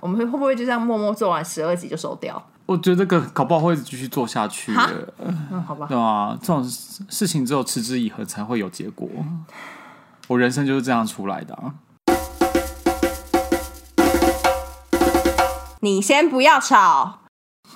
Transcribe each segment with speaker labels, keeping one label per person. Speaker 1: 我们会会不会就这样默默做完十二集就收掉？
Speaker 2: 我觉得这个搞不好会继续做下去
Speaker 1: 哈
Speaker 2: 的，
Speaker 1: 嗯，好吧，
Speaker 2: 对啊，这种事事情只有持之以恒才会有结果。我人生就是这样出来的、啊。
Speaker 1: 你先不要吵。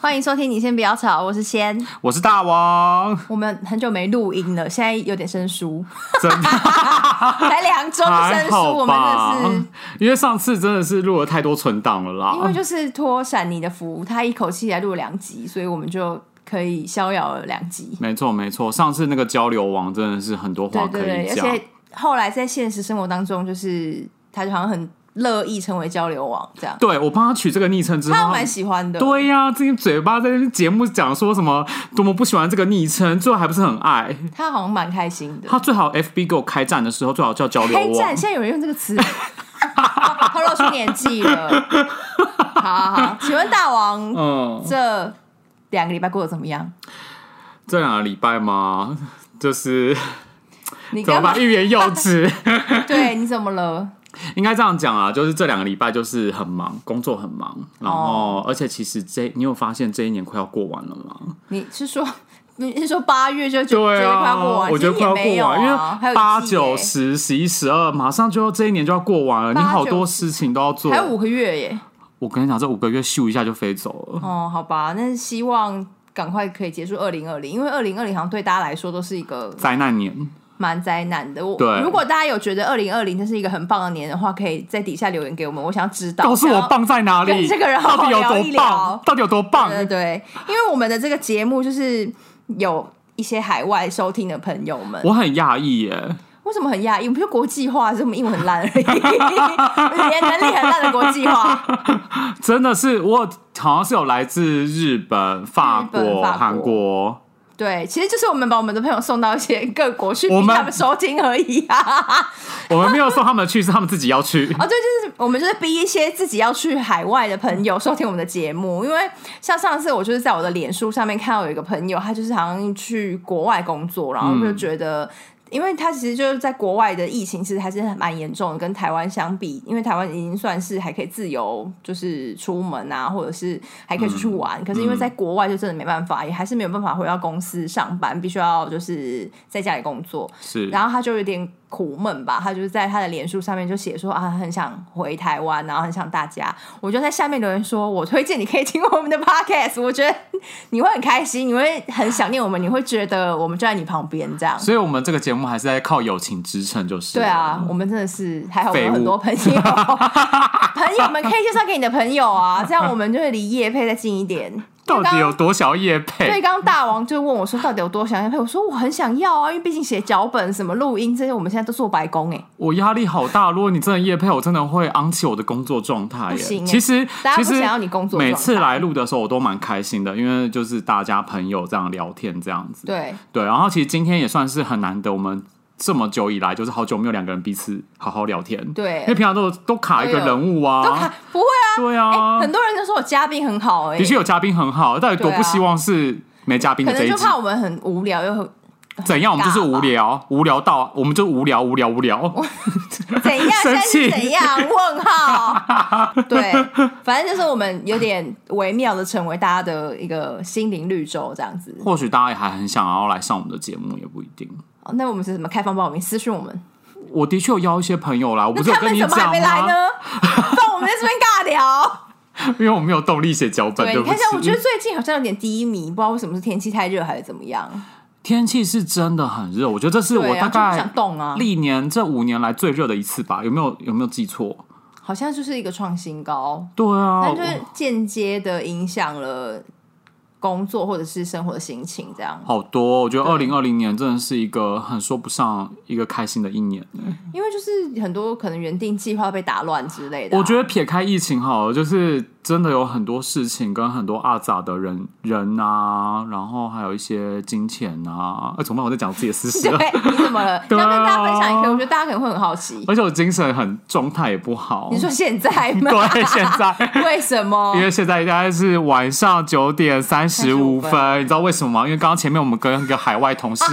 Speaker 1: 欢迎收听，你先不要吵，我是先。
Speaker 2: 我是大王，
Speaker 1: 我们很久没录音了，现在有点生疏，
Speaker 2: 真的
Speaker 1: 才两周就
Speaker 2: 还
Speaker 1: 生疏，
Speaker 2: 好
Speaker 1: 我们
Speaker 2: 吧
Speaker 1: 真的是。
Speaker 2: 因为上次真的是录了太多存档了
Speaker 1: 因为
Speaker 2: 啦。
Speaker 1: 就是托闪你的福，他一口气来录了两集，所以我们就可以逍遥了两集。
Speaker 2: 没错没错，上次那个交流网真的是很多
Speaker 1: 对
Speaker 2: 话可
Speaker 1: 对对，
Speaker 2: 以
Speaker 1: 而
Speaker 2: 讲。
Speaker 1: 且后来在现实生活当中，就是他就好像很乐意成为交流网这样，
Speaker 2: 对我帮他取这个昵称之后，
Speaker 1: 他蛮喜欢的。
Speaker 2: 对呀、自己嘴巴在那边节目讲说什么多么不喜欢这个昵称，最后还不是很爱
Speaker 1: 他好像蛮开心的。
Speaker 2: 他。最好 FB 给我开战的时候，最好叫交流
Speaker 1: 开战，
Speaker 2: 网。
Speaker 1: 现在有人用这个词，好透露出年纪了。好好好，请问大王、
Speaker 2: 嗯，
Speaker 1: 这两个礼拜过得怎么样？
Speaker 2: 这两个礼拜嘛， 就是
Speaker 1: 你
Speaker 2: 怎么
Speaker 1: 干嘛
Speaker 2: 办？？欲言又止，
Speaker 1: 对，你怎么了？
Speaker 2: 应该这样讲啊，就是这两个礼拜就是很忙，工作很忙，然后、
Speaker 1: 哦
Speaker 2: 而且其实这你有发现这一年快要过完了吗？
Speaker 1: 你是说你是说八月就觉
Speaker 2: 对
Speaker 1: 觉得快要过
Speaker 2: 啊，
Speaker 1: 完？
Speaker 2: 我觉得
Speaker 1: 其
Speaker 2: 快
Speaker 1: 实
Speaker 2: 要
Speaker 1: 也没
Speaker 2: 过
Speaker 1: 有
Speaker 2: 完，
Speaker 1: 啊，
Speaker 2: 因
Speaker 1: 还
Speaker 2: 为
Speaker 1: 有
Speaker 2: 八
Speaker 1: 一季
Speaker 2: 九
Speaker 1: 耶，
Speaker 2: 十十一十二，马上就要这一年就要过完了，你
Speaker 1: 八
Speaker 2: 好
Speaker 1: 九
Speaker 2: 多事情都要做
Speaker 1: 还。有五个月耶。
Speaker 2: 我跟你讲，这五个月咻一下就飞走了。
Speaker 1: 哦，好吧，那希望赶快可以结束二零二零，因为二零二零好像对大家来说都是一个
Speaker 2: 灾难年，
Speaker 1: 蛮灾难的。我
Speaker 2: 对
Speaker 1: 如果大家有觉得二零二零这是一个很棒的年的话，可以在底下留言给我们，我想要知道。
Speaker 2: 告诉
Speaker 1: 想
Speaker 2: 我
Speaker 1: 要
Speaker 2: 棒在哪里？
Speaker 1: 跟这个人好好
Speaker 2: 到底有
Speaker 1: 聊一
Speaker 2: 多
Speaker 1: 聊
Speaker 2: 棒？到底有多棒？
Speaker 1: 对对对，因为我们的这个节目就是有一些海外收听的朋友们，
Speaker 2: 我很讶异耶，
Speaker 1: 为什么很讶异？我们就国际化，是我们英文很烂而已， 语言能力很烂的国际化。
Speaker 2: 真的是我好像是有来自日本、法
Speaker 1: 日本
Speaker 2: 国、
Speaker 1: 法国
Speaker 2: 韩国，
Speaker 1: 对，其实就是我们把我们的朋友送到一些各国去，
Speaker 2: 我
Speaker 1: 逼
Speaker 2: 们
Speaker 1: 他们收听而已啊。
Speaker 2: 我们没有送他们去，是他们自己要 去。
Speaker 1: 哦，对，就是我们就是逼一些自己要去海外的朋友收听我们的节目，因为像上次我就是在我的脸书上面看到有一个朋友，他就是好像去国外工作，然后就觉得。因为他其实就是在国外的疫情，其实还是蛮严重的，跟台湾相比，因为台湾已经算是还可以自由，就是出门啊，或者是还可以出去玩。可是因为在国外就真的没办法，也还是没有办法回到公司上班，必须要就是在家里工作。
Speaker 2: 是，
Speaker 1: 然后他就有点苦闷吧，他就是在他的脸书上面就写说啊，很想回台湾，然后很想大家。我就在下面留言说，我推荐你可以听我们的 podcast，我觉得你会很开心，你会很想念我们，你会觉得我们就在你旁边这样。
Speaker 2: 所以我们这个节目还是在靠友情支撑，就是。
Speaker 1: 对，啊，我们真的是还好，我们
Speaker 2: 废
Speaker 1: 有
Speaker 2: 物
Speaker 1: 很多朋 友， 朋友们可以介绍给你的朋友啊，这样我们就会离叶配再近一点。因
Speaker 2: 到
Speaker 1: 为刚
Speaker 2: 底有多少夜
Speaker 1: 所以
Speaker 2: 配？
Speaker 1: 刚刚大王就问我说，到底有多想要配？我说我很想要啊，因为毕竟写脚本、什么录音这些，我们现在都做白工哎、
Speaker 2: 我压力好大。如果你真的夜配，我真的会昂起我的工作状态
Speaker 1: 不
Speaker 2: 耶。
Speaker 1: 行
Speaker 2: 其实
Speaker 1: 大家
Speaker 2: 其
Speaker 1: 不
Speaker 2: 实
Speaker 1: 想要你工作
Speaker 2: 每
Speaker 1: 状
Speaker 2: 次
Speaker 1: 态
Speaker 2: 来录的时候，我都蛮开心的，因为就是大家朋友这样聊天这样子。
Speaker 1: 对，
Speaker 2: 对，然后其实今天也算是很难得，我们这么久以来就是好久没有两个人彼此好好聊天。
Speaker 1: 对
Speaker 2: 因为平常都都卡一个
Speaker 1: 哎都有
Speaker 2: 人物啊，
Speaker 1: 都还不会啊。
Speaker 2: 对
Speaker 1: 哎、
Speaker 2: 啊，
Speaker 1: 很多人都说我嘉宾很好哎、
Speaker 2: 的确有嘉宾很好，到底多
Speaker 1: 对啊
Speaker 2: 不希望是没嘉宾
Speaker 1: 可
Speaker 2: 的这
Speaker 1: 能
Speaker 2: 一
Speaker 1: 就
Speaker 2: 集？
Speaker 1: 怕我们很无聊，又很
Speaker 2: 怎样？我们就是无聊，无聊到我们就无聊，无聊，无聊。
Speaker 1: 怎 样？现
Speaker 2: 生
Speaker 1: 在是
Speaker 2: 气
Speaker 1: 怎样？问号？ 对，反正就是我们有点微妙的成为大家的一个心灵绿洲这样子。
Speaker 2: 或许大家也还很想要来上我们的节目，也不一定。
Speaker 1: 哦那我们是怎么开放报名？私讯我们，
Speaker 2: 我的确有邀一些朋友来，我不是有
Speaker 1: 他
Speaker 2: 跟
Speaker 1: 们
Speaker 2: 你
Speaker 1: 怎么还
Speaker 2: 讲
Speaker 1: 没来
Speaker 2: 吗？
Speaker 1: 呢？放我们在这边尬聊。
Speaker 2: 因为我没有动力写脚本，
Speaker 1: 对，
Speaker 2: 对
Speaker 1: 你
Speaker 2: 不
Speaker 1: 看一下，我觉
Speaker 2: 起
Speaker 1: 得。最近好像有点低迷，不知道为什么是天气太热还是怎么样。
Speaker 2: 天气是真的很热，我觉得这是
Speaker 1: 对
Speaker 2: 我
Speaker 1: 啊，就
Speaker 2: 大
Speaker 1: 不想
Speaker 2: 概
Speaker 1: 动啊，
Speaker 2: 历年这五年来最热的一次吧？有没有有没有记错？
Speaker 1: 好像就是一个创新高。
Speaker 2: 对啊，
Speaker 1: 但就是间接的影响了工作或者是生活的心情，这样。
Speaker 2: 好多哦。我觉得二
Speaker 1: 对
Speaker 2: 零二零年真的是一个很说不上一个开心的一年。
Speaker 1: 因为就是很多可能原定计划被打乱之类的啊、
Speaker 2: 我觉得撇开疫情好了，就是真的有很多事情跟很多阿杂的人人啊，然后还有一些金钱啊，哎，怎么办？我在讲自己的私事 了。
Speaker 1: 对，你怎么了？
Speaker 2: 对
Speaker 1: 要
Speaker 2: 啊哎
Speaker 1: 跟大家分享一个，我觉得大家可能会很好奇。
Speaker 2: 而且我精神很状态也不好。
Speaker 1: 你说现在吗？
Speaker 2: 对，现在。
Speaker 1: 为什么
Speaker 2: 因？为现在应该是晚上九点三十五分，你知道为什么吗？因为刚刚前面我们跟一个海外 同事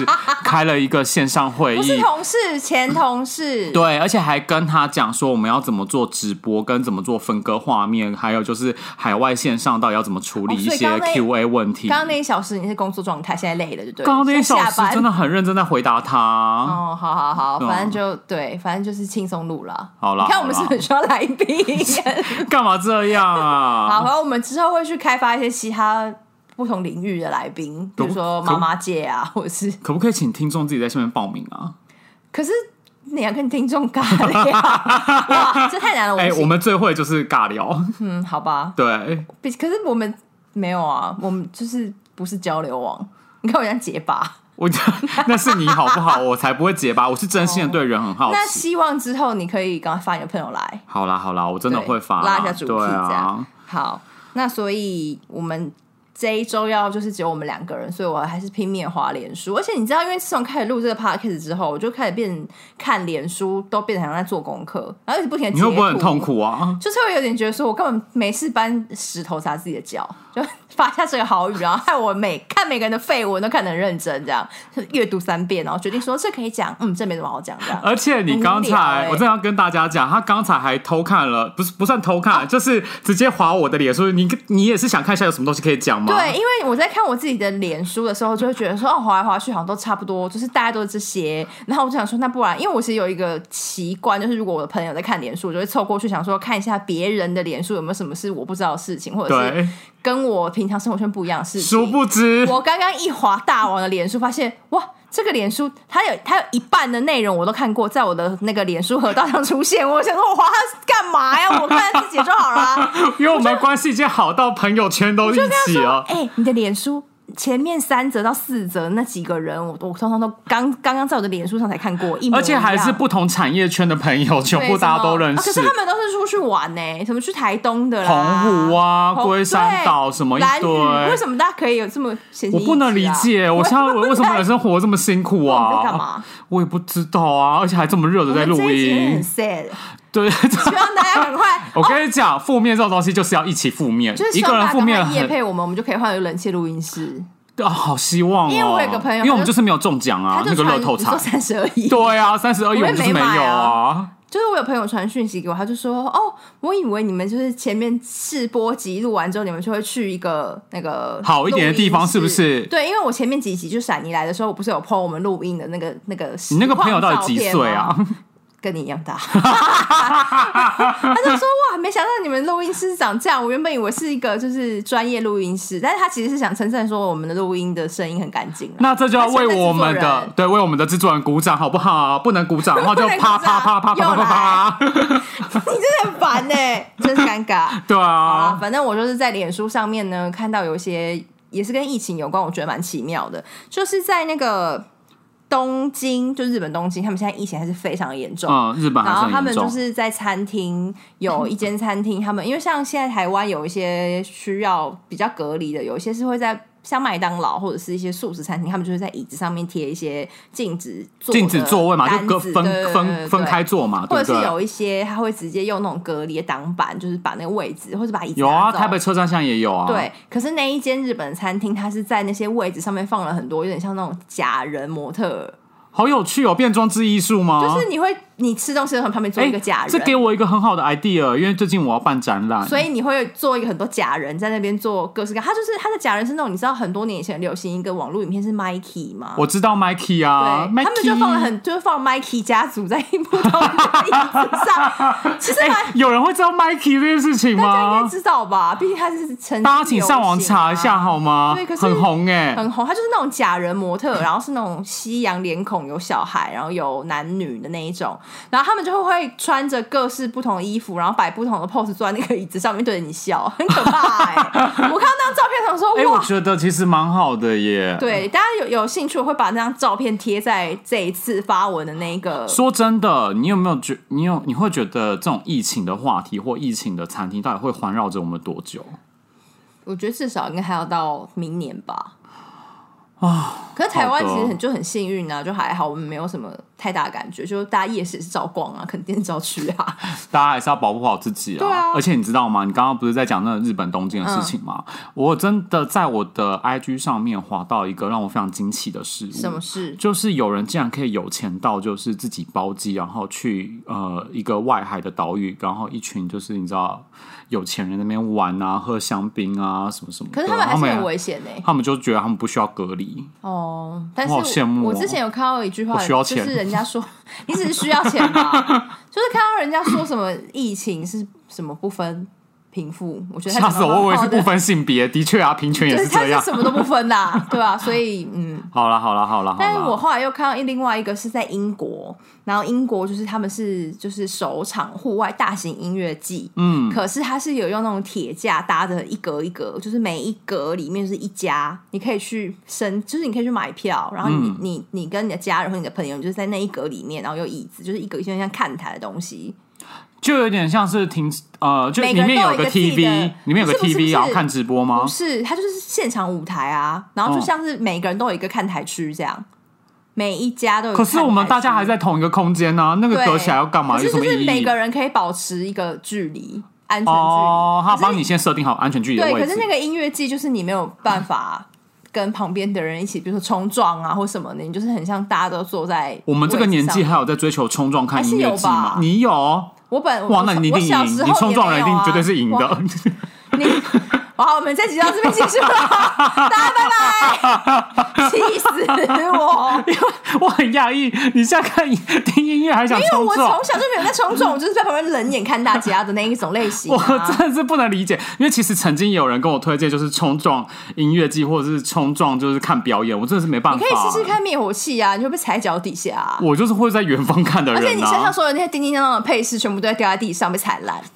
Speaker 2: 开了一个线上会
Speaker 1: 不是
Speaker 2: 议，
Speaker 1: 同事，前同事。
Speaker 2: 对，而且还跟他讲说我们要怎么做直播，跟怎么做分割画面，还有就是海外线上到底要怎么处理
Speaker 1: 哦
Speaker 2: 一
Speaker 1: 所以
Speaker 2: 些
Speaker 1: 刚刚那
Speaker 2: Q&A 问题。
Speaker 1: 刚刚那一小时你是工作状态，现在累了，对不对了？
Speaker 2: 刚刚那一小
Speaker 1: 现在
Speaker 2: 时
Speaker 1: 下班
Speaker 2: 真的很认真在回答他，
Speaker 1: 哦，好好好，
Speaker 2: 对啊
Speaker 1: 反正就对，反正就是轻松录啦。
Speaker 2: 好啦
Speaker 1: 你看我们
Speaker 2: 好
Speaker 1: 是
Speaker 2: 啦
Speaker 1: 不是需要来宾？
Speaker 2: 干嘛这 样
Speaker 1: 好，
Speaker 2: 啊？
Speaker 1: 然后我们之后会去开发一些其他不同领域的来宾，比
Speaker 2: 可
Speaker 1: 如说
Speaker 2: 可不
Speaker 1: 妈妈界啊， 或者是……
Speaker 2: 可不可以请听众自己在下面报名啊？
Speaker 1: 可是你要跟听众尬 聊，哇，这太难了。
Speaker 2: 哎、
Speaker 1: 哦不行
Speaker 2: 我们最会就是尬聊，
Speaker 1: 嗯，好吧，
Speaker 2: 对。
Speaker 1: 比可是我们没有啊，我们就是不是交流网。你看我像结巴。
Speaker 2: 我 那是你好不好？我才不会结巴，我是真心的对人很好
Speaker 1: 哦那
Speaker 2: 奇。
Speaker 1: 希望之后你可以赶快发你的朋友来。
Speaker 2: 好啦好啦，我真的
Speaker 1: 对
Speaker 2: 会发
Speaker 1: 拉一下主题
Speaker 2: 对
Speaker 1: 这
Speaker 2: 啊
Speaker 1: 样，好，那所以我们这一周要就是只有我们两个人，所以我还是拼命滑脸书。而且你知道，因为自从开始录这个 podcast 之后，我就开始变看脸书，都变得好像在做功课，然后一直不停的
Speaker 2: 你会不会很痛？苦啊？
Speaker 1: 就是会有点觉得说，我根本没事搬石头砸自己的脚，就发下这个好语，然后害我每看每个人的废文都看得很认真，这样就阅读三遍，然后决定说这可以讲，嗯，这没什么好讲，这样。
Speaker 2: 而且你刚
Speaker 1: 很无聊欸
Speaker 2: 才，我正要跟大家讲，他刚才还偷看了，不是不算偷
Speaker 1: 哦
Speaker 2: 看，就是直接划我的脸，所以你你也是想看一下有什么东西可以讲吗？
Speaker 1: 对，因为我在看我自己的脸书的时候，就会觉得说，哦，滑来滑去好像都差不多，就是大家都是这些。然后我就想说，那不然，因为我其实有一个习惯，就是如果我的朋友在看脸书，我就会凑过去想说，看一下别人的脸书有没有什么是我不知道的事情，或者是
Speaker 2: 对，
Speaker 1: 跟我平常生活圈不一样的事
Speaker 2: 殊
Speaker 1: 情。
Speaker 2: 不知
Speaker 1: 我刚刚一滑大王的脸书，发现哇，这个脸书它有它有一半的内容我都看过，在我的那个脸书河道上出现。我想说，我滑它干嘛呀？我看自己就好啊啦。
Speaker 2: 因为我们关系已经好到朋友圈都一起了。
Speaker 1: 哎、你的脸书前面三折到四折那几个人，我我通通都刚刚刚在我的脸书上才看过，一模
Speaker 2: 而且还是不同产业圈的朋友，全部大家都认识
Speaker 1: 对。什么啊可是他们都是出去玩呢、什么去台东的啦、
Speaker 2: 澎湖啊
Speaker 1: 澎
Speaker 2: 龟山岛
Speaker 1: 对
Speaker 2: 什么一
Speaker 1: 兰屿
Speaker 2: 堆
Speaker 1: 为什么大家可以有这么闲、
Speaker 2: 我不能理
Speaker 1: 啊
Speaker 2: 解，我现在我为什么人生活得这么辛苦
Speaker 1: 我
Speaker 2: 啊？
Speaker 1: 们在干 嘛？
Speaker 2: 我也不知道啊，而且还这么热的在
Speaker 1: 我
Speaker 2: 录
Speaker 1: 们这一集很
Speaker 2: 音。
Speaker 1: sad，
Speaker 2: 对， 。
Speaker 1: 希望大家赶快
Speaker 2: 我跟你讲，负面这种东西就是要一起负面，
Speaker 1: 就是
Speaker 2: 一
Speaker 1: 希望
Speaker 2: 个人
Speaker 1: 大家
Speaker 2: 负面
Speaker 1: 赶快夜
Speaker 2: 很
Speaker 1: 配我们，我们就可以换一个冷气录音室。
Speaker 2: 啊，好希望哦。
Speaker 1: 因为我有个朋友
Speaker 2: 因为我
Speaker 1: 他
Speaker 2: 们
Speaker 1: 就
Speaker 2: 就是没有中奖啊
Speaker 1: 他，就
Speaker 2: 那个乐
Speaker 1: 传
Speaker 2: 透
Speaker 1: 你说
Speaker 2: 彩。
Speaker 1: 三十而已，
Speaker 2: 对啊，三十二亿
Speaker 1: 我
Speaker 2: 我
Speaker 1: 也
Speaker 2: 们就是
Speaker 1: 没
Speaker 2: 没
Speaker 1: 买
Speaker 2: 有
Speaker 1: 啊
Speaker 2: 啊。
Speaker 1: 就是我有朋友传讯息给我，他就说：“哦，我以为你们就是前面试播集录完之后，你们就会去一个那个
Speaker 2: 好一点的地方
Speaker 1: 录音室
Speaker 2: 是不是
Speaker 1: 对，因为我前面几集就闪你来的时候，我不是有 PO 我们录音的那个那个
Speaker 2: 你那个朋友到底几岁啊？？
Speaker 1: 跟你一样大。他就说：“哇，没想到你们录音师长这样，我原本以为是一个就是专业录音师，但是他其实是想称赞说我们的录音的声音很干净啊。
Speaker 2: 那这就要为我们
Speaker 1: 他现在制作
Speaker 2: 的
Speaker 1: 人
Speaker 2: 对为我们的制作人鼓掌好不好？不能鼓掌，然后就
Speaker 1: 不能鼓
Speaker 2: 啪
Speaker 1: 掌
Speaker 2: 啪啪啪啪啪啪啪。
Speaker 1: 你真的很烦呢、欸真是尴尬。”
Speaker 2: 对
Speaker 1: 啊，
Speaker 2: 啊，
Speaker 1: 反正我就是在脸书上面呢，看到有一些也是跟疫情有关，我觉得蛮奇妙的，就是在那个东京，就日本东京，他们现在疫情还是非常严重。
Speaker 2: 嗯，日本还
Speaker 1: 然
Speaker 2: 是
Speaker 1: 后他
Speaker 2: 很
Speaker 1: 们
Speaker 2: 严
Speaker 1: 就
Speaker 2: 重。
Speaker 1: 是在餐厅有一间餐厅，他们因为像现在台湾有一些需要比较隔离的，有一些是会在像麦当劳或者是一些素食餐厅，他们就会在椅子上面贴一些禁止坐
Speaker 2: 禁止
Speaker 1: 的
Speaker 2: 座位嘛，就
Speaker 1: 单
Speaker 2: 各
Speaker 1: 子
Speaker 2: 分
Speaker 1: 对对对对
Speaker 2: 分分
Speaker 1: 对
Speaker 2: 开坐嘛，
Speaker 1: 或
Speaker 2: 对不
Speaker 1: 者是
Speaker 2: 对？
Speaker 1: 有一些他会直接用那种隔离的挡板，就是把那个位置或者把椅子
Speaker 2: 有啊，
Speaker 1: 拿走
Speaker 2: 台北车站现在也有啊。，
Speaker 1: 对，可是那一间日本餐厅，它是在那些位置上面放了很多有点像那种假人模特儿，
Speaker 2: 好有趣哦，变装之艺术吗？
Speaker 1: 就是你会你吃东西的时候旁边做一个假
Speaker 2: 哎这
Speaker 1: 人，
Speaker 2: 给我一个很好的 idea，因为最近我要办展览，
Speaker 1: 所以你会做一个很多假人在那边做各式各样。他就是他的假人是那种你知道很多年以前流行一个网络影片是 Mikey 吗？
Speaker 2: 我知道 Mikey 啊
Speaker 1: 对，他们就放了。很，就是放 Mikey 家族在一不同的椅子 上，其实
Speaker 2: 哎、
Speaker 1: 蛮
Speaker 2: 有人会知道 Mikey 这件事情
Speaker 1: 大家应该
Speaker 2: 吗？
Speaker 1: 知道吧，毕竟他是曾
Speaker 2: 大家
Speaker 1: 经
Speaker 2: 请上网
Speaker 1: 流行啊
Speaker 2: 查一下好吗？
Speaker 1: 对可是
Speaker 2: 很红哎、
Speaker 1: 很红，他就是那种假人模特，然后是那种西洋脸孔，有小孩，然后有男女的那一种。然后他们就会会穿着各式不同的衣服，然后摆不同的 pose 坐在那个椅子上面对着你笑， 很可怕 哎、我看到那张照片，想说
Speaker 2: 哎、
Speaker 1: 哇
Speaker 2: 我，觉得其实蛮好的耶。，
Speaker 1: 对，大家有有兴趣，我会把那张照片贴在这一次发文的那个。
Speaker 2: 说真的，你有没有觉你有你会觉得这种疫情的话题或疫情的餐厅到底会环绕着我们多久？
Speaker 1: 我觉得至少应该还要到明年吧。啊！可是台湾
Speaker 2: 好
Speaker 1: 其
Speaker 2: 的
Speaker 1: 实很就很幸运啊，就还好，我们没有什么太大的感觉，就大家夜市也是照逛啊，肯定是照去 啊。
Speaker 2: 大家还是要保护好自己啊！
Speaker 1: 对啊
Speaker 2: 而且你知道吗？你刚刚不是在讲那个日本东京的事情吗？
Speaker 1: 嗯
Speaker 2: 我真的在我的 IG 上面滑到一个让我非常惊奇的事物，
Speaker 1: 什么事？
Speaker 2: 就是有人竟然可以有钱到，就是自己包机，然后去呃一个外海的岛屿，然后一群就是你知道有钱人在那边玩啊，喝香槟啊，什么什么的。
Speaker 1: 可是他们还是
Speaker 2: 然
Speaker 1: 很
Speaker 2: 后
Speaker 1: 危险呢、
Speaker 2: 他们就觉得他们不需要隔离，
Speaker 1: 哦，但是
Speaker 2: 我好羡慕
Speaker 1: 我
Speaker 2: 哦
Speaker 1: 之前有看到一句话，
Speaker 2: 我需要
Speaker 1: 就
Speaker 2: 钱
Speaker 1: 是人家说 你只是需要钱 吧，就是看到人家说什么疫情是什么不分贫富，我觉得他讲
Speaker 2: 吓死
Speaker 1: 得
Speaker 2: 我！ 我
Speaker 1: 蛮
Speaker 2: 以为
Speaker 1: 好
Speaker 2: 是
Speaker 1: 的
Speaker 2: 不 分性别，的确啊，平权也
Speaker 1: 就是是他
Speaker 2: 这
Speaker 1: 是
Speaker 2: 样。
Speaker 1: 什么都不分的、啊对吧、所以嗯，
Speaker 2: 好啦好啦好啦好啦。
Speaker 1: 但是我后来又看到另外一个是在英国，然后英国就是他们是就是首场户外大型音乐季，嗯，可是它是有用那种铁架搭的一格一格，就是每一格里面是一家，你可以去申，就是你可以去买票，然后
Speaker 2: 嗯
Speaker 1: 你、你你跟你的家人和你的朋友，你就是在那一格里面，然后有椅子，就是一格有点像看台的东西，
Speaker 2: 就有点像是停呃，就
Speaker 1: 每
Speaker 2: 里
Speaker 1: 个人
Speaker 2: 面
Speaker 1: 都有
Speaker 2: 有
Speaker 1: 一个自己
Speaker 2: TV，
Speaker 1: 的
Speaker 2: 里面有个
Speaker 1: 不是
Speaker 2: TV，
Speaker 1: 不是
Speaker 2: 然后看直播吗
Speaker 1: 不？是，它就是现场舞台啊，然后就
Speaker 2: 哦
Speaker 1: 像是每个人都有一个看台区这样。每一家都有一个
Speaker 2: 可
Speaker 1: 看台区，
Speaker 2: 是我们大家还在同一个空间呢、啊，那个
Speaker 1: 对，
Speaker 2: 隔起来要干嘛？
Speaker 1: 可
Speaker 2: 有
Speaker 1: 是
Speaker 2: 什
Speaker 1: 就
Speaker 2: 么
Speaker 1: 是
Speaker 2: 意
Speaker 1: 每
Speaker 2: 义？
Speaker 1: 个人可以保持一个距离，安全距离。
Speaker 2: 哦，他
Speaker 1: 可是
Speaker 2: 帮你先设定好安全距离的
Speaker 1: 对，
Speaker 2: 位
Speaker 1: 可
Speaker 2: 置
Speaker 1: 是。那个音乐季就是你没有办法 跟旁边的人一起，比如说冲撞啊或什么的，你就是很像大家都坐在
Speaker 2: 我们这个年纪
Speaker 1: 位置上。
Speaker 2: 还有在追求冲撞看音乐季
Speaker 1: 还是有吧
Speaker 2: 吗？你有
Speaker 1: 我本
Speaker 2: 哇？那你一
Speaker 1: 我
Speaker 2: 定赢
Speaker 1: 小时，候
Speaker 2: 你冲撞
Speaker 1: 也
Speaker 2: 人一
Speaker 1: 没有啊
Speaker 2: 定绝对是赢
Speaker 1: 哇
Speaker 2: 的。
Speaker 1: 你好，我们这集到这边结束了，大家拜拜，气死我！
Speaker 2: 我很讶异，你现在看听音乐还想
Speaker 1: 因为
Speaker 2: 冲
Speaker 1: 我
Speaker 2: 撞
Speaker 1: 从？小就没有在冲撞，我就是在旁边冷眼看大家的那一种类型、
Speaker 2: 我
Speaker 1: 啊。
Speaker 2: 真的是不能理解，因为其实曾经有人跟我推荐，就是冲撞音乐季，或者是冲撞就是看表演，我真的是没办
Speaker 1: 你
Speaker 2: 法。
Speaker 1: 可以试试看灭火器啊，你会被踩脚底下、啊。
Speaker 2: 我就是会在远方看的人、啊，
Speaker 1: 而且你身上所有那些叮叮当当的配饰，全部都会掉在地上被踩烂。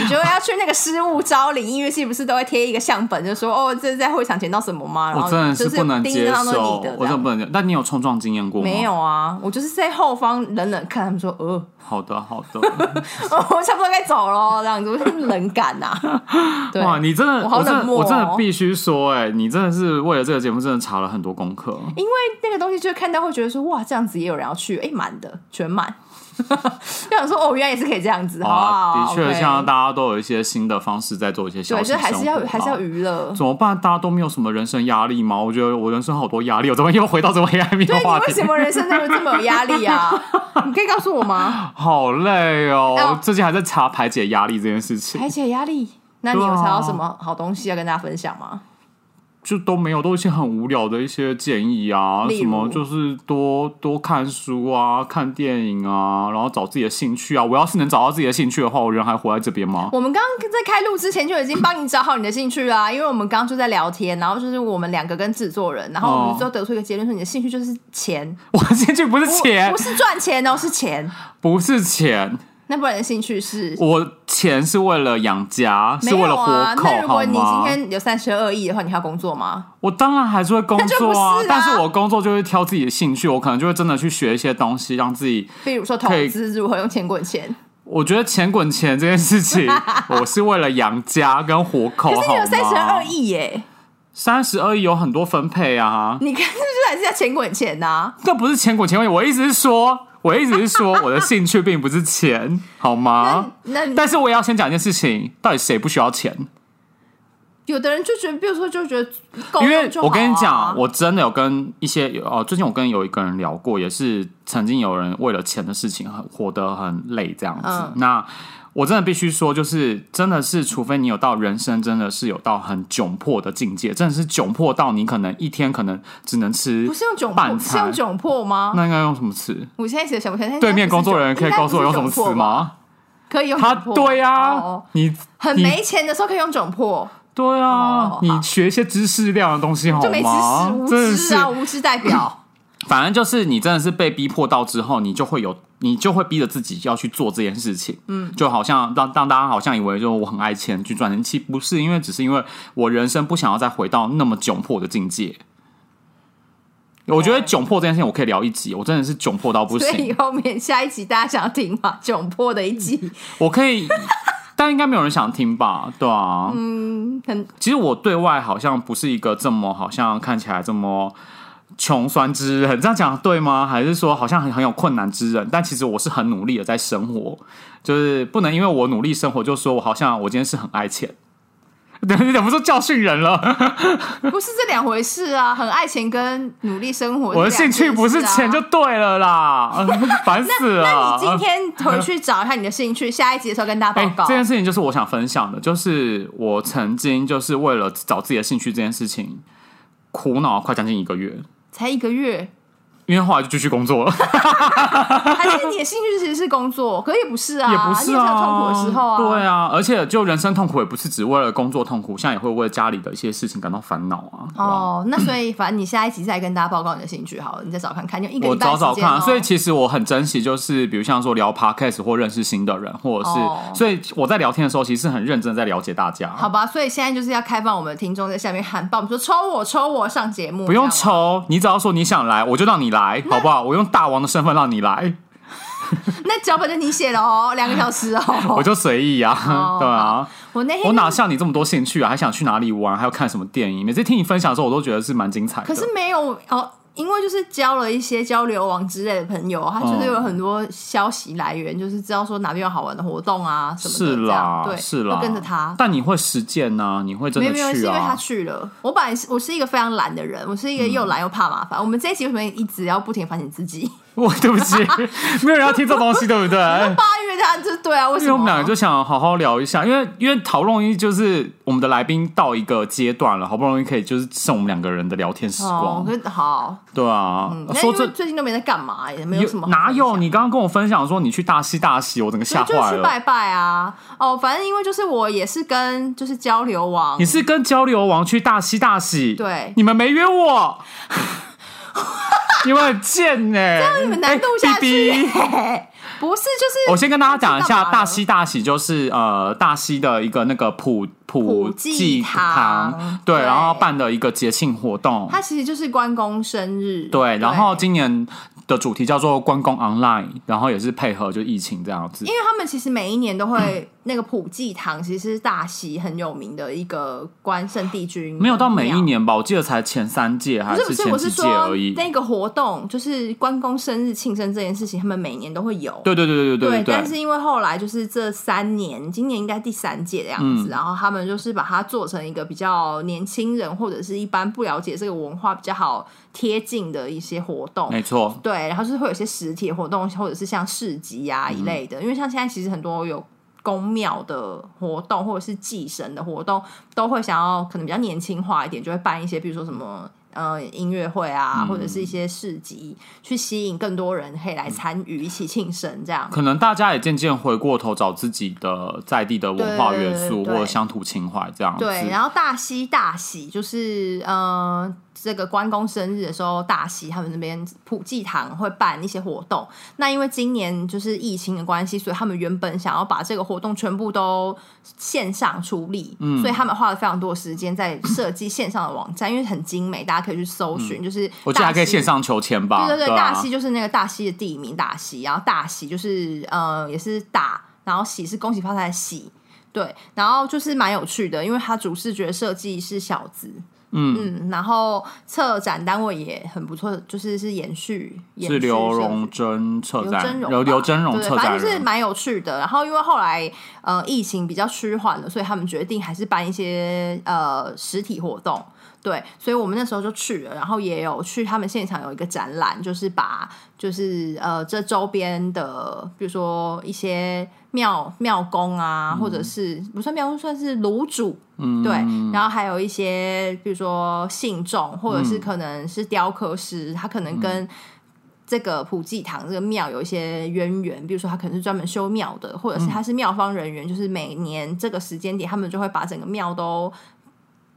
Speaker 1: 你觉得要去那个失物招领音乐系，不是都会贴一个相本，就说哦，这是在会场捡到什么吗？然
Speaker 2: 我
Speaker 1: 后
Speaker 2: 真的
Speaker 1: 就是
Speaker 2: 不能
Speaker 1: 叮叮
Speaker 2: 接
Speaker 1: 当当都是
Speaker 2: 受，
Speaker 1: 你的这
Speaker 2: 我真的
Speaker 1: 样。
Speaker 2: 不能接受。但你有冲撞经验过吗？
Speaker 1: 没。有啊，我就是在后方冷冷看他们说，呃，
Speaker 2: 好的，好的。
Speaker 1: 我差不多该走了，这样子，我就是冷感呐、 对，
Speaker 2: 哇，你真的，
Speaker 1: 我
Speaker 2: 我
Speaker 1: 好
Speaker 2: 真
Speaker 1: 冷
Speaker 2: 的，
Speaker 1: 漠哦
Speaker 2: 我真的必须说、哎，你真的是为了这个节目，真的查了很多功课。
Speaker 1: 因为那个东西就是看到会觉得说，哇，这样子也有人要去，哎、满的，全满。 就想说，哦，原来也是可以这样子，好
Speaker 2: 啊，
Speaker 1: 啊，
Speaker 2: 的确，
Speaker 1: OK
Speaker 2: 现在大家都有一些新的方式在做一些消
Speaker 1: 对，
Speaker 2: 遣
Speaker 1: 就是还是要
Speaker 2: 生活啦
Speaker 1: 还是要娱乐。
Speaker 2: 怎么办？大家都没有什么人生压力吗？我觉得我人生好多压力，我怎么又回到这么黑暗面的
Speaker 1: 对你
Speaker 2: 话
Speaker 1: 为
Speaker 2: 题
Speaker 1: 什？么人生这么这么有压力 啊？你可以告诉我吗？
Speaker 2: 好累哦，
Speaker 1: 哎呦
Speaker 2: 最近还在查排解压力这件事情，
Speaker 1: 排解压力。那你有查到什么
Speaker 2: 啊
Speaker 1: 好东西要跟大家分享吗？
Speaker 2: 就都没有，都一些很无聊的一些建议啊，
Speaker 1: 例如
Speaker 2: 什么就是多多看书啊，看电影啊，然后找自己的兴趣啊。我要是能找到自己的兴趣的话，我人还活在这边吗？
Speaker 1: 我们刚刚在开录之前就已经帮你找好你的兴趣啦、因为我们刚刚就在聊天，然后就是我们两个跟制作人，然后我们
Speaker 2: 哦
Speaker 1: 最后得出一个结论说你的兴趣就是钱，
Speaker 2: 我的兴趣不是钱
Speaker 1: 不，是赚钱哦，是钱。
Speaker 2: 不是钱，
Speaker 1: 那不然你的兴趣是？
Speaker 2: 我钱是为了养家，
Speaker 1: 没
Speaker 2: 是为
Speaker 1: 有
Speaker 2: 了
Speaker 1: 啊
Speaker 2: 活，口
Speaker 1: 那，如果
Speaker 2: 好
Speaker 1: 你今
Speaker 2: 吗？
Speaker 1: 天有三十二亿的话，你还要工作吗？
Speaker 2: 我当然还是会工
Speaker 1: 那就
Speaker 2: 作
Speaker 1: 不
Speaker 2: 啊，
Speaker 1: 是啦
Speaker 2: 但是我工作就会挑自己的兴趣，我可能就会真的去学一些东西，让自己。
Speaker 1: 比如说投
Speaker 2: 可以
Speaker 1: 资如何用钱滚钱，
Speaker 2: 我觉得钱滚钱这件 事情，我是为了养家跟活口，
Speaker 1: 可是你有
Speaker 2: 哦好吗
Speaker 1: 三十二，亿耶，
Speaker 2: 三十二亿有很多分配啊，
Speaker 1: 你看这就是还是要钱滚钱呐、
Speaker 2: 这不是钱滚钱滚，我意思是说，我意思是说，我的兴趣并不是钱，好吗？
Speaker 1: 那你
Speaker 2: 但是我也要先讲一件事情，到底谁不需要钱？
Speaker 1: 有的人就觉得，比如说就觉得够
Speaker 2: 因
Speaker 1: 用
Speaker 2: 为
Speaker 1: 就好啊、
Speaker 2: 我跟你讲，我真的有跟一些有哦，最近我跟有一个人聊过，也是曾经有人为了钱的事情很活得很累这样子。
Speaker 1: 嗯
Speaker 2: 那我真的必须说，就是真的是，除非你有到人生真的是有到很窘迫的境界，真的是窘迫到你可能一天可能只能吃
Speaker 1: 不是用窘迫，
Speaker 2: 半
Speaker 1: 是
Speaker 2: 餐
Speaker 1: 用，窘迫吗？
Speaker 2: 那应该用什么词？
Speaker 1: 我现在其实想不起来。
Speaker 2: 对面工作人员可以告诉我用什么词
Speaker 1: 应该不是窘迫吧？
Speaker 2: 吗？
Speaker 1: 可以用
Speaker 2: 他
Speaker 1: 窘迫
Speaker 2: 对啊
Speaker 1: 哦，
Speaker 2: 你
Speaker 1: 很
Speaker 2: 你
Speaker 1: 没钱的时候可以用窘迫，
Speaker 2: 对
Speaker 1: 哦
Speaker 2: 啊
Speaker 1: 好，
Speaker 2: 你学一些知识量的东西好啊
Speaker 1: 就没知识
Speaker 2: 吗？
Speaker 1: 无
Speaker 2: 真的
Speaker 1: 知
Speaker 2: 是
Speaker 1: 啊，无知代表。
Speaker 2: 反正就是你真的是被逼迫到之后，你就会有，你就会逼着自己要去做这件事情。嗯，就好像让让大家好像以为就我很爱钱去赚钱，其实不是，因为只是因为我人生不想要再回到那么窘迫的境界。我觉得窘迫这件事情，我可以聊一集。我真的是窘迫到 不
Speaker 1: 所以
Speaker 2: 行，
Speaker 1: 后面下一集大家想要听吗？ 窘迫的一 集，
Speaker 2: 我可以，但应该没有人想听吧？ 对啊，
Speaker 1: 嗯，很
Speaker 2: 其实我对外好像不是一个这么好像看起来这么穷酸之人，这样讲对吗？还是说好像很很有困难之人？但其实我是很努力的在生活，就是不能因为我努力生活就说我好像我今天是很爱钱。 等你怎么说教 训人
Speaker 1: 啊
Speaker 2: 了？
Speaker 1: 不是这两回事啊，很爱钱跟努力生活、
Speaker 2: 我的兴趣不
Speaker 1: 啊
Speaker 2: 是钱就。对了啦， 嗯烦死了。
Speaker 1: 那你今天回去找一下你的兴趣，下一集的时候跟大家
Speaker 2: 哎、
Speaker 1: 报告。
Speaker 2: 这件事情就是我想分享的，就是我曾经就是为了找自己的兴趣这件事情苦恼了快将近一个月，
Speaker 1: 才一个月，
Speaker 2: 因为后来就继续工作了。
Speaker 1: 还是你的兴趣其实是工作，可也不是啊，
Speaker 2: 也不是
Speaker 1: 你也是
Speaker 2: 啊，
Speaker 1: 有痛苦的时候啊。
Speaker 2: 对啊，而且就人生痛苦也不是只为了工作痛苦，现在也会为家里的一些事情感到烦恼啊。哇，
Speaker 1: 哦，那所以反正你下一集再跟大家报告你的兴趣好了，你再找看看，就一个
Speaker 2: 我
Speaker 1: 礼拜
Speaker 2: 找
Speaker 1: 的时
Speaker 2: 找
Speaker 1: 间哦、
Speaker 2: 看，啊所以其实我很珍惜，就是比如像说聊 podcast 或认识新的人，或者是，
Speaker 1: 哦
Speaker 2: 所以我在聊天的时候，其实很认真在了解大家。
Speaker 1: 好吧，所以现在就是要开放我们的听众在下面喊报，我们说抽我抽我上节目，
Speaker 2: 不用
Speaker 1: 这样吗。
Speaker 2: 抽，你只要说你想来，我就让你来，好不好？我用大王的身份让你来，
Speaker 1: 哦那脚本就你写的哦，两个小时哦。
Speaker 2: 我就随意啊，
Speaker 1: 哦
Speaker 2: 对啊。
Speaker 1: 我那天
Speaker 2: 我哪像你这么多兴趣啊？还想去哪里玩？还要看什么电影？每次听你分享的时候，我都觉得是蛮精彩的。
Speaker 1: 可是没有哦，因为就是交了一些交流网之类的朋友，他
Speaker 2: 嗯
Speaker 1: 就是有很多消息来源，就是知道说哪边有好玩的活动啊什么的，
Speaker 2: 是
Speaker 1: 这样
Speaker 2: 啦，
Speaker 1: 对，
Speaker 2: 是啦，
Speaker 1: 会跟着他。
Speaker 2: 但你会实践呐、你会真
Speaker 1: 没
Speaker 2: 的
Speaker 1: 有没有，是
Speaker 2: 去
Speaker 1: 因为他
Speaker 2: 啊？
Speaker 1: 去了。我本来是我是一个非常懒的人，我是一个又懒又怕麻烦。我们这一集为什么一直要不停地反省自己？
Speaker 2: 我对不起，没有人要听这东西，对不对？哎
Speaker 1: 八月他就是对啊，为
Speaker 2: 因
Speaker 1: 什
Speaker 2: 为
Speaker 1: 么？
Speaker 2: 我们两个就想好好聊一下，因为因为好不容易就是我们的来宾到一个阶段了，好不容易可以就是剩我们两个人的聊天时
Speaker 1: 哦
Speaker 2: 光，，
Speaker 1: 可是好，
Speaker 2: 对啊。
Speaker 1: 嗯，那
Speaker 2: 说
Speaker 1: 因为
Speaker 2: 这
Speaker 1: 最近都没在干嘛，也没有什么好
Speaker 2: 哪
Speaker 1: 分
Speaker 2: 有？
Speaker 1: 享
Speaker 2: 你刚刚跟我分享说你去大西大西，我整个吓
Speaker 1: 就
Speaker 2: 坏
Speaker 1: 去拜
Speaker 2: 了。
Speaker 1: 拜啊！哦，反正因为就是我也是跟就是交流网
Speaker 2: 你，是跟交流王去大西大喜，
Speaker 1: 对
Speaker 2: 你们没约 我，你们很贱 呢、欸
Speaker 1: 你们难度下去、
Speaker 2: 哎
Speaker 1: 不是就是
Speaker 2: 我先跟大家讲一
Speaker 1: 知道
Speaker 2: 下，
Speaker 1: 吧
Speaker 2: 大溪大喜就是呃大溪的一个那个普普
Speaker 1: 普济堂
Speaker 2: 对，
Speaker 1: 对
Speaker 2: 然后办的一个节庆活动，
Speaker 1: 它其实就是关公生日，
Speaker 2: 对，然后今年的主题叫做关公 online，然后也是配合就疫情这样子
Speaker 1: 因。为他们其实每一年都会那个普济堂，其实是大溪很有名的一个关圣帝君，
Speaker 2: 没有到每一。年吧，我记得才前三届还
Speaker 1: 不是不是，
Speaker 2: 前
Speaker 1: 我
Speaker 2: 几
Speaker 1: 是
Speaker 2: 届
Speaker 1: 说
Speaker 2: 而已。
Speaker 1: 那个活动，就是关公生日庆生这件事情，他们每年都会有。
Speaker 2: 对对对对对
Speaker 1: 但是因为后来就是这三年，今年应该第三届的样
Speaker 2: 嗯
Speaker 1: 子，然后他们就是把它做成一个比较年轻人或者是一般不了解这个文化比较好贴近的一些活动。
Speaker 2: 没错，
Speaker 1: 对，然后就是会有一些实体的活动，或者是像市集啊一类的，因为像现在其实很多有。公庙的活动或者是祭神的活动，都会想要可能比较年轻化一点，就会办一些，比如说什么呃音乐会啊，或者是一些市集，去吸引更多人可以来参与，一起庆生这样。
Speaker 2: 可能大家也渐渐回过头找自己的在地的文化元
Speaker 1: 对对
Speaker 2: 素
Speaker 1: 对对
Speaker 2: 或者乡土情怀这样子。
Speaker 1: 对，然后大喜大喜就是呃，这个关公生日的时候，大喜他们那边普济堂会办一些活动。那因为今年就是疫情的关系，所以他们原本想要把这个活动全部都线上处理，
Speaker 2: 嗯
Speaker 1: 所以他们花了非常多时间在设计线上的网站，因为很精美，大家可以去搜寻。就是
Speaker 2: 嗯我记得还可以
Speaker 1: 大溪
Speaker 2: 线上求签吧？
Speaker 1: 对对对，
Speaker 2: 啊
Speaker 1: 大溪就是那个大溪的地名大溪，然后大溪就是呃也是大，然后喜是恭喜发财的喜。对，然后就是蛮有趣的，因为它主视觉设计是小资，嗯然后策展单位也很不错，就是是延续，延
Speaker 2: 是
Speaker 1: 续
Speaker 2: 刘
Speaker 1: 设计
Speaker 2: 荣真策
Speaker 1: 刘
Speaker 2: 展，
Speaker 1: 真
Speaker 2: 刘
Speaker 1: 荣吧，
Speaker 2: 刘真荣
Speaker 1: 对
Speaker 2: 策
Speaker 1: 反
Speaker 2: 展
Speaker 1: 正就是
Speaker 2: 人。
Speaker 1: 蛮有趣的。然后因为后来呃疫情比较趋缓了，所以他们决定还是办一些呃实体活动。对，所以我们那时候就去了，然后也有去他们现场有一个展览，就是把就是呃这周边的，比如说一些庙庙公啊，或者是不算庙公，算是炉主，嗯，对，然后还有一些比如说信众，或者是可能是雕刻师，他可能跟这个普济堂这个庙有一些渊源，比如说他可能是专门修庙的，或者是他是庙方人员，就是每年这个时间点，他们就会把整个庙都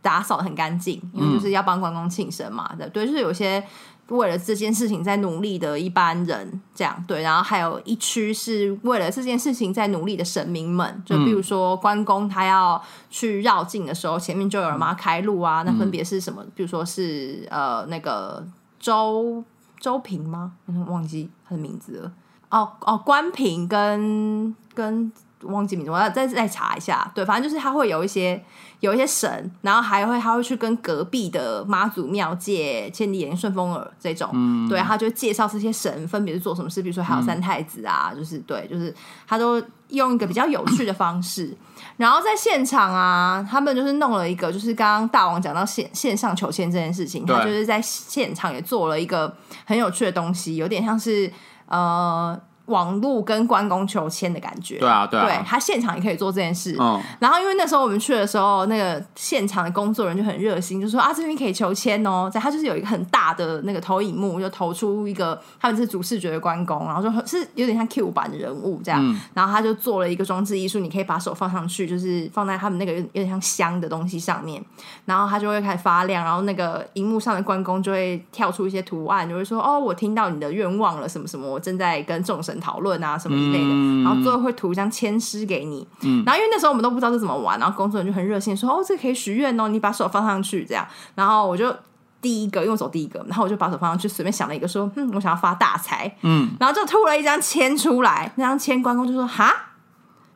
Speaker 1: 打扫的很干净，因为就是要帮关公庆生嘛的。对，就是有一些为了这件事情在努力的一般人，这样对，然后还有一区是为了这件事情在努力的神明们，就比如说关公他要去绕境的时候，前面就有人帮他开路啊，那分别是什么？比如说是呃那个周周平吗？嗯忘记他的名字了。哦哦，关平跟跟忘记名字，我要再再查一下。对，反正就是他会有一些有一些神，然后还会他会去跟隔壁的妈祖庙借千里眼、顺风耳这种，对，他就介绍这些神分别是做什么事，比如说还有三太子啊，就是对，就是他都用一个比较有趣的方式。然后在现场啊，他们就是弄了一个，就是刚刚大王讲到线线上求签这件事情，他
Speaker 2: 对
Speaker 1: 就是在现场也做了一个很有趣的东西，有点像是呃网路跟关公求签的感觉。
Speaker 2: 对啊，对啊，
Speaker 1: 他现场也可以做这件事。
Speaker 2: 嗯，
Speaker 1: 然后因为那时候我们去的时候，那个现场的工作人员就很热心，就说啊这边可以求签哦，在他就是有一个很大的那个投影幕，就投出一个他们是主视觉的关公，然后就是有点像 Q 版的人物这样，然后他就做了一个装置艺术，你可以把手放上去，就是放在他们那个有点像香的东西上面，然后它就会开始发亮，然后那个荧幕上的关公就会跳出一些图案，就会说哦我听到你的愿望了什么什么，我正在跟众神讨论啊什么之类的，
Speaker 2: 嗯
Speaker 1: 然后最后会涂一张签诗给你，然后因为那时候我们都不知道这怎么玩，然后工作人员就很热心地说：“哦，这个可以许愿哦，你把手放上去这样。”然后我就第一个用手第一个，然后我就把手放上去，随便想了一个说：“嗯，我想要发大财。”
Speaker 2: 嗯，
Speaker 1: 然后就吐了一张签出来，那张签关公就说：“哈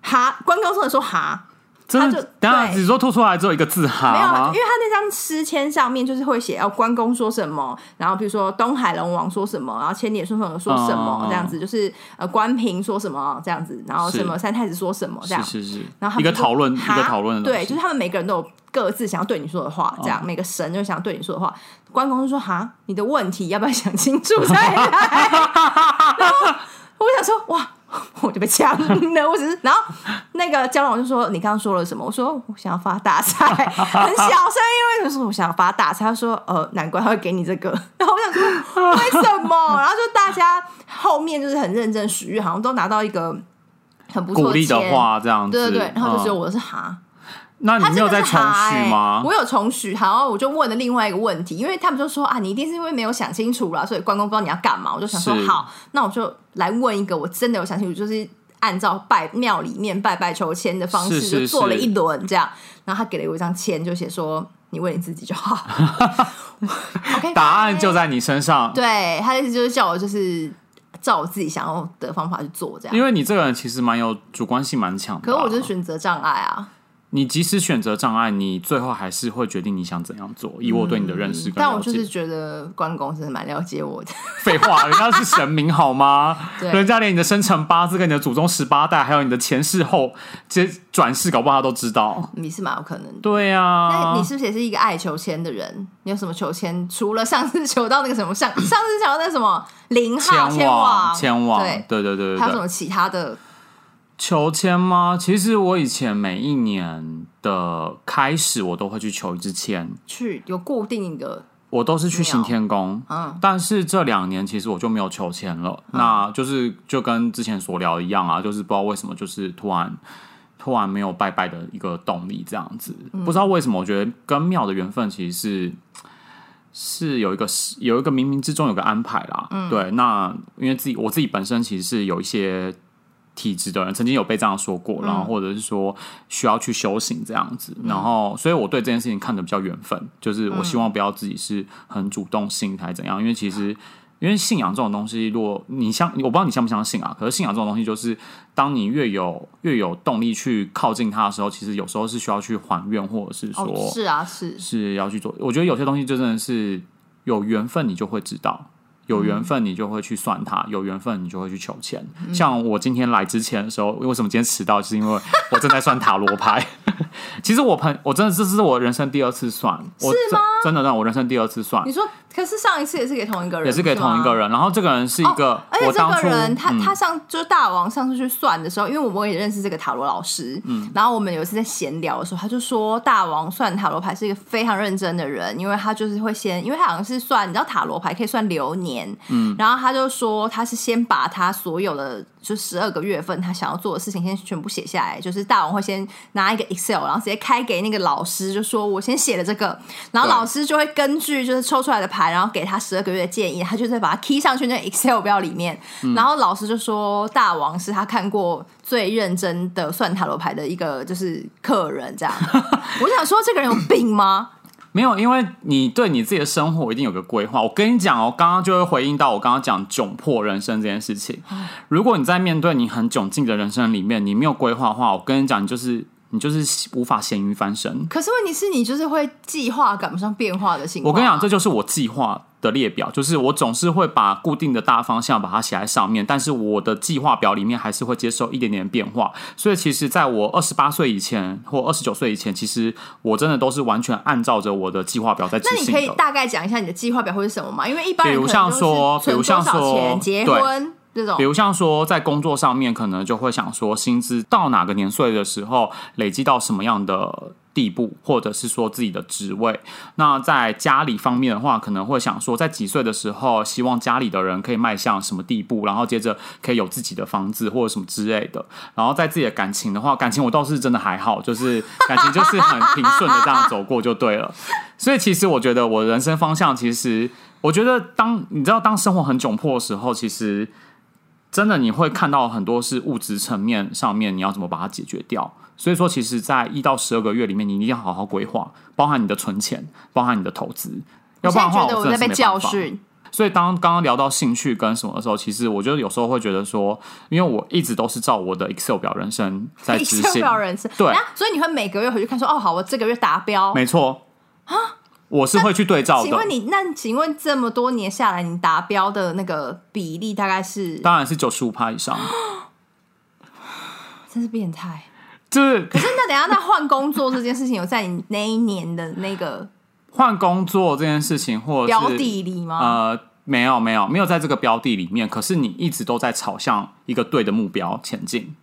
Speaker 1: 哈。”关公真的说：“
Speaker 2: 啊
Speaker 1: 哈。”
Speaker 2: 真
Speaker 1: 就
Speaker 2: 的，等一下
Speaker 1: 对
Speaker 2: 只说吐出来只有一个字哈
Speaker 1: 没有，啊因
Speaker 2: 吗
Speaker 1: 为？他那张诗签上面就是会写哦，关公说什么，然后比如说东海龙王说什么，然后千里顺风耳说什么，
Speaker 2: 哦
Speaker 1: 这样子就是呃关平说什么这样子，然后
Speaker 2: 是
Speaker 1: 什么三太子说什么这样
Speaker 2: 是。是是
Speaker 1: 然后他，
Speaker 2: 一
Speaker 1: 们
Speaker 2: 个
Speaker 1: 就
Speaker 2: 讨论，一
Speaker 1: 哈
Speaker 2: 个讨论的东
Speaker 1: 对，
Speaker 2: 西，哦
Speaker 1: 就是他们每个人都有各自想要对你说的话，这样、每个神就想要对你说的话。关公就说：“哈，你的问题要不要想清楚再来？” 然后我想说：“哇，我就被呛了。”我只是，然后那个焦龙就说：“你刚刚说了什么？”我说：“我想要发大财，很小声，因为我说我想要发大财。”他说：“呃，难怪他会给你这个。” 然后我想说：“为什么？”然后就大家后面就是很认真许愿，好像都拿到一个很不错
Speaker 2: 鼓励的
Speaker 1: 签
Speaker 2: 话这样子。
Speaker 1: 对对对，然后就只有
Speaker 2: 嗯
Speaker 1: 我的是哈，
Speaker 2: 那
Speaker 1: 他
Speaker 2: 你没有
Speaker 1: 真
Speaker 2: 再
Speaker 1: 的是
Speaker 2: 重
Speaker 1: 哈
Speaker 2: 续
Speaker 1: 欸
Speaker 2: 吗？
Speaker 1: 我有重续，然后我就问了另外一个问题，因为他们就说啊，你一定是因为没有想清楚了，所以关公不知道你要干嘛。我就想说
Speaker 2: 是
Speaker 1: 好，那我就来问一个我真的有想清楚，就是按照拜庙里面拜拜求签的方式，
Speaker 2: 是是
Speaker 1: 就做了
Speaker 2: 是
Speaker 1: 一轮这样。然后他给了我一张签，就写说你问你自己就好。OK，
Speaker 2: 答案
Speaker 1: 拜
Speaker 2: 就在你身上，
Speaker 1: 哎对，他的意思就是叫我就是照我自己想要的方法去做这样。
Speaker 2: 因为你这个人其实蛮有主观性蛮强的啊。
Speaker 1: 啊可是我就是选择障碍啊，
Speaker 2: 你即使选择障碍，你最后还是会决定你想怎样做。以我对你的认识跟
Speaker 1: 嗯但
Speaker 2: 了
Speaker 1: 我就
Speaker 2: 解，
Speaker 1: 是觉得关公真的蛮了解我的。
Speaker 2: 废话，人家是神明好吗？
Speaker 1: 对
Speaker 2: 人家连你的生辰八字、跟你的祖宗十八代，还有你的前世后这转世，搞不好他都知道。
Speaker 1: 你是蛮有可能的。
Speaker 2: 对呀、
Speaker 1: 那
Speaker 2: 啊，
Speaker 1: 你是不是也是一个爱求签的人？你有什么求签？除了上次求到那个什么上上次求到那个什么零号
Speaker 2: 前往
Speaker 1: 前
Speaker 2: 前往，
Speaker 1: 对，
Speaker 2: 对对对对
Speaker 1: 还有什
Speaker 2: 对。
Speaker 1: 么其他的？
Speaker 2: 求签吗？其实我以前每一年的开始，我都会去求一支签，
Speaker 1: 去有固定的
Speaker 2: 我都是去行天宫。
Speaker 1: 嗯，
Speaker 2: 但是这两年其实我就没有求签了，那就是就跟之前所聊一样啊，就是不知道为什么，就是突然突然没有拜拜的一个动力这样子，不知道为什么，我觉得跟庙的缘分其实是。是有一个有一个冥冥之中有个安排啦，
Speaker 1: 嗯
Speaker 2: 对，那因为自己我自己本身其实是有一些体质的人，曾经有被这样说过，
Speaker 1: 嗯
Speaker 2: 然后或者是说需要去修行这样子，然后所以我对这件事情看得比较缘分，就是
Speaker 1: 嗯
Speaker 2: 我希望不要自己是很主动性还怎样，因为其实因为信仰这种东西，如果你相我不知道你相不相信啊，可是信仰这种东西就是当你越有越有动力去靠近它的时候，其实有时候是需要去还愿或者是说、
Speaker 1: 哦，是啊，是
Speaker 2: 是要去做。我觉得有些东西就真的是有缘分，你就会知道。有缘分你就会去算它，
Speaker 1: 嗯
Speaker 2: 有缘分你就会去求签。像我今天来之前的时候，为什么今天迟到？就是因为我正在算塔罗牌。 其实我朋，我真的这是我人生第二次算，我
Speaker 1: 是吗
Speaker 2: 真真的让我人生第二次算
Speaker 1: 你，说，可是上一次也是给同一个人，
Speaker 2: 也是给同一个
Speaker 1: 人。
Speaker 2: 人。然后这个人是一个，
Speaker 1: 哦而且
Speaker 2: 我
Speaker 1: 这
Speaker 2: 当
Speaker 1: 个
Speaker 2: 初
Speaker 1: 人他、
Speaker 2: 嗯
Speaker 1: 他上就是大王上次去算的时候，因为我们也认识这个塔罗老师，嗯，然后我们有一次在闲聊的时候，他就说大王算塔罗牌是一个非常认真的人，因为他就是会先，因为他好像是算，你知道塔罗牌可以算流年，年，嗯，然后他就说他是先把他所有的就十二个月份他想要做的事情先全部写下来，就是大王会先拿一个 Excel，然后直接开给那个老师，就说我先写了这个，然后
Speaker 2: 对
Speaker 1: 老师就会根据就是抽出来的牌，然后给他十二个月的建议，他就再把它 key 上去那个 Excel 表里面，
Speaker 2: 嗯
Speaker 1: 然后老师就说大王是他看过最认真的算塔罗牌的一个就是客人 这样，我想说这个人有病吗？
Speaker 2: 没有，因为你对你自己的生活一定有个规划。我跟你讲哦，刚刚就会回应到我刚刚讲窘迫人生这件事情。如果你在面对你很窘境的人生里面，你没有规划的话，我跟你讲，你就是你就是无法咸鱼翻身。
Speaker 1: 可是问题是你就是会计划赶不上变化的情况。
Speaker 2: 我跟你讲，这就是我计划的列表，就是我总是会把固定的大方向把它写在上面，但是我的计划表里面还是会接受一点点变化。所以其实在我二十八岁以前或二十九岁以前，其实我真的都是完全按照着我的计划表在执
Speaker 1: 那你
Speaker 2: 行
Speaker 1: 可以
Speaker 2: 的。
Speaker 1: 大概讲一下你的计划表会是什么吗？因为一般人
Speaker 2: 比如
Speaker 1: 可能
Speaker 2: 像
Speaker 1: 就是
Speaker 2: 说
Speaker 1: 存
Speaker 2: 比如像
Speaker 1: 多少
Speaker 2: 说
Speaker 1: 钱结
Speaker 2: 对
Speaker 1: 婚这种
Speaker 2: 比。如像说，在工作上面，可能就会想说，薪资到哪个年岁的时候，累积到什么样的地步，或者是说自己的职位。那在家里方面的话，可能会想说，在几岁的时候，希望家里的人可以迈向什么地步，然后接着可以有自己的房子或者什么之类的。然后在自己的感情的话，感情我倒是真的还好，就是感情就是很平顺的这样走过就对了。所以其实我觉得我人生方向，其实我觉得当你知道当生活很窘迫的时候，其实真的你会看到很多是物质层面上面你要怎么把它解决掉。所以说，其实，在一到十二个月里面，你一定要好好规划，包含你的存钱，包含你的投资，
Speaker 1: 我
Speaker 2: 要不
Speaker 1: 现
Speaker 2: 然
Speaker 1: 在
Speaker 2: 的话，
Speaker 1: 觉得我
Speaker 2: 真
Speaker 1: 在
Speaker 2: 的是
Speaker 1: 被
Speaker 2: 没
Speaker 1: 教
Speaker 2: 办法。
Speaker 1: 训，
Speaker 2: 所以当刚刚聊到兴趣跟什么的时候，其实我觉得有时候会觉得说，因为我一直都是照我的 Excel 表人生在 执
Speaker 1: Excel
Speaker 2: 行，
Speaker 1: 表人生
Speaker 2: 对
Speaker 1: 那所以你会每个月回去看说，哦，好，我这个月达标。
Speaker 2: 没错我是会去对照的。
Speaker 1: 啊请问你那请问这么多年下来，你达标的那个比例大概是？
Speaker 2: 当然是九十五趴以上，
Speaker 1: 真是变态。
Speaker 2: 就是
Speaker 1: 可是那等一下那换工作这件事情，有在你那一年的那个
Speaker 2: 换工作这件事情，或者
Speaker 1: 标
Speaker 2: 是
Speaker 1: 的里吗？
Speaker 2: 呃，没有没有没有在这个标的里面，可是你一直都在朝向一个对的目标前进。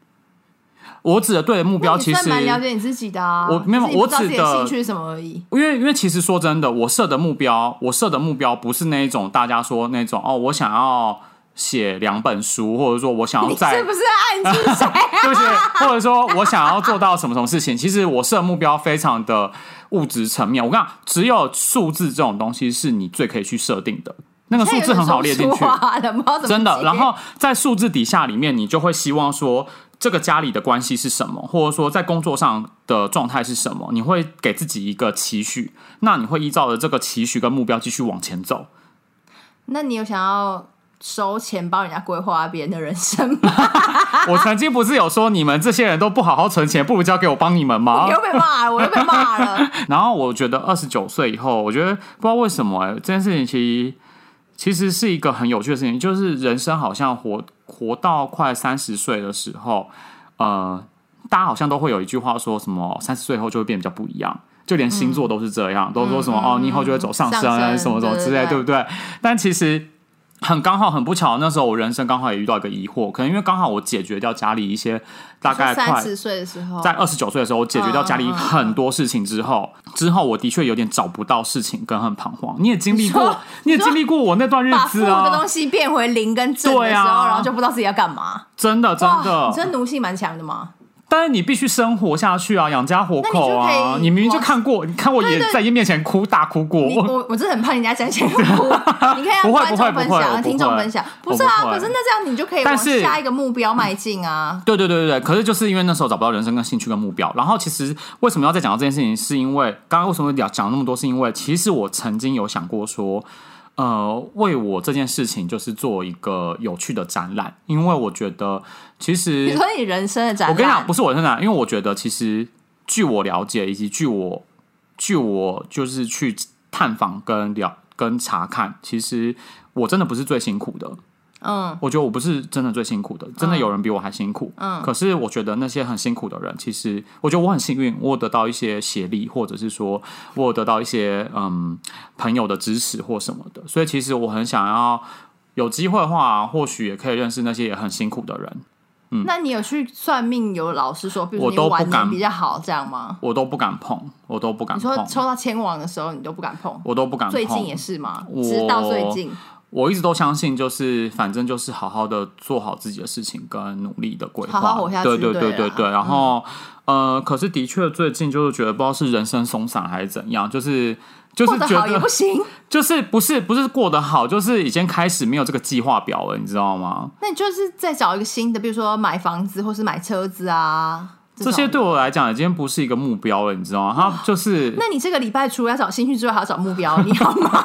Speaker 2: 我指的对的目
Speaker 1: 那
Speaker 2: 标，
Speaker 1: 你
Speaker 2: 其
Speaker 1: 算
Speaker 2: 实
Speaker 1: 蛮了解你自己的啊。
Speaker 2: 我没有
Speaker 1: 只是你不知道
Speaker 2: 我指
Speaker 1: 自己的
Speaker 2: 的
Speaker 1: 兴趣是什么而已。
Speaker 2: 因为因为其实说真的，我设的目标，我设的目标不是那一种大家说那种哦，我想要写两本书，或者说我想要
Speaker 1: 你
Speaker 2: 在
Speaker 1: 是不是暗 示谁啊？
Speaker 2: 对不起，或者说我想要做到什么什么事情，其实我设目标非常的物质层面。我跟你讲，只有数字这种东西是你最可以去设定的，那个数字很好列进去，真的。然后在数字底下里面，你就会希望说这个家里的关系是什么，或者说在工作上的状态是什么，你会给自己一个期许，那你会依照着这个期许跟目标继续往前走。
Speaker 1: 那你有想要收钱帮人家规划别人的人生吗？
Speaker 2: 我曾经不是有说你们这些人都不好好存钱，不如交给我帮你们吗？
Speaker 1: 我又被骂了，我又被骂了。
Speaker 2: 然后我觉得二十九岁以后，我觉得不知道为什么、欸、这件事情其实其实是一个很有趣的事情，就是人生好像活活到快三十岁的时候，呃，大家好像都会有一句话说什么三十岁后就会变比较不一样。就连星座都是这样，都说什么、哦，你以后就会走上升，
Speaker 1: 嗯上升
Speaker 2: 什么什么之
Speaker 1: 对对
Speaker 2: 类，
Speaker 1: 对
Speaker 2: 对不对？但其实很刚好，很不巧，那时候我人生刚好也遇到一个疑惑，可能因为刚好我解决掉家里一些 大概快
Speaker 1: 三十岁的时候，
Speaker 2: 在二十九岁的时候，我解决掉家里
Speaker 1: 嗯嗯嗯
Speaker 2: 很多事情之后，之后我的确有点找不到事情，跟很彷徨。你也经历
Speaker 1: 你
Speaker 2: 过
Speaker 1: 说，
Speaker 2: 你也经历过我那段日
Speaker 1: 把负
Speaker 2: 子
Speaker 1: 的
Speaker 2: 啊
Speaker 1: 东，西变回零跟正的
Speaker 2: 对
Speaker 1: 时
Speaker 2: 啊
Speaker 1: 候，然后就不知道自己要干嘛。
Speaker 2: 真的真
Speaker 1: 哇
Speaker 2: 的
Speaker 1: 你。真的奴性蛮强的嘛？
Speaker 2: 但是你必须生活下去啊，养家活口
Speaker 1: 那你就
Speaker 2: 啊
Speaker 1: 可。以
Speaker 2: 你明明就看过，你看我
Speaker 1: 对
Speaker 2: 也
Speaker 1: 对
Speaker 2: 在你面前哭大哭过。
Speaker 1: 你
Speaker 2: 我
Speaker 1: 我我真的很怕人家讲起来 就哭，你可以让
Speaker 2: 不会
Speaker 1: 观众分
Speaker 2: 不会不会我
Speaker 1: 享、啊
Speaker 2: 不会
Speaker 1: 听众分享。
Speaker 2: 我不
Speaker 1: 不是啊，
Speaker 2: 会
Speaker 1: 可是那这样你就可以往
Speaker 2: 但是
Speaker 1: 下一个目标迈进啊。
Speaker 2: 对对对对对，可是就是因为那时候找不到人生跟兴趣跟目标，然后其实为什么要再讲到这件事情，是因为刚刚为什么讲讲那么多，是因为其实我曾经有想过说，呃，为我这件事情就是做一个有趣的展览，因为我觉得其实
Speaker 1: 你说你人生的展
Speaker 2: 嗯我
Speaker 1: 览，
Speaker 2: 跟你讲，不是我真的，因为我觉得其实据我了解，以及据我据我就是去探访跟了跟查看，其实我真的不是最辛苦的。
Speaker 1: 嗯，
Speaker 2: 我觉得我不是真的最辛苦的，真的有人比我还辛苦。嗯，可是我觉得那些很辛苦的人，其实我觉得我很幸运，我有得到一些协力，或者是说我有得到一些嗯朋友的支持或什么的。所以其实我很想要有机会的话，或许也可以认识那些也很辛苦的人。
Speaker 1: 那你有去算命？有老师说，比如说
Speaker 2: 嗯我
Speaker 1: 你
Speaker 2: 都不
Speaker 1: 晚年
Speaker 2: 敢
Speaker 1: 比较好，这样吗？
Speaker 2: 我都不敢碰，我都不敢
Speaker 1: 你说
Speaker 2: 碰，
Speaker 1: 抽到千王的时候，你都不敢碰，
Speaker 2: 我都不敢碰。
Speaker 1: 最近也是吗？
Speaker 2: 我
Speaker 1: 直到最近，
Speaker 2: 我一直都相信，就是反正就是好好的做好自己的事情，跟努力的规划，
Speaker 1: 好好活下去
Speaker 2: 对对
Speaker 1: 对啊嗯
Speaker 2: 对
Speaker 1: 啦
Speaker 2: 对对。然后、呃，可是的确最近就是觉得不知道是人生松散还是怎样，就是就是
Speaker 1: 过得
Speaker 2: 觉
Speaker 1: 好也
Speaker 2: 得
Speaker 1: 不行。
Speaker 2: 就是不是不是过得好，就是已经开始没有这个计划表了，你知道吗？
Speaker 1: 那你就是再找一个新的，比如说买房子或是买车子啊
Speaker 2: 这些
Speaker 1: 种。
Speaker 2: 对我来讲已经不是一个目标了，你知道吗？它就是
Speaker 1: 哦那你这个礼拜除了要找兴趣之外，还要找目标，你好忙哦！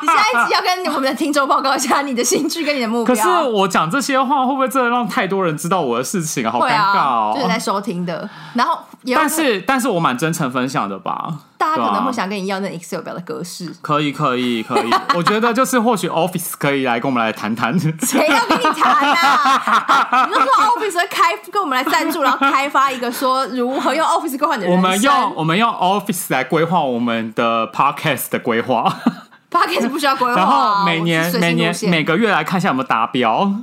Speaker 1: 你下一集要跟我们的听众报告一下你的兴趣跟你的目标。
Speaker 2: 可是我讲这些话，会不会真的让太多人知道我的事情啊？好
Speaker 1: 会
Speaker 2: 尴尬
Speaker 1: 啊，
Speaker 2: 哦！
Speaker 1: 就是在收听的，然后也有
Speaker 2: 但是，但是我蛮真诚分享的吧？
Speaker 1: 大家可
Speaker 2: 对
Speaker 1: 能
Speaker 2: 啊
Speaker 1: 会想跟你要那 Excel 表的格式，
Speaker 2: 可以，可以，可 以。我觉得就是或许 Office 可以来跟我们来谈谈。
Speaker 1: 谁要跟你谈 啊？你就说 Office 会开跟我们来赞助，然后开发一个说如何用 Office 规划你的
Speaker 2: 我
Speaker 1: 人生。
Speaker 2: 们用我们用 Office 来规划我们的 Podcast 的规划，
Speaker 1: p o c a s t 不需要规划
Speaker 2: 然
Speaker 1: 啊，
Speaker 2: 后每
Speaker 1: 哦我是随性
Speaker 2: 年每
Speaker 1: 路
Speaker 2: 年
Speaker 1: 线
Speaker 2: 每个月来看一下有没有达标。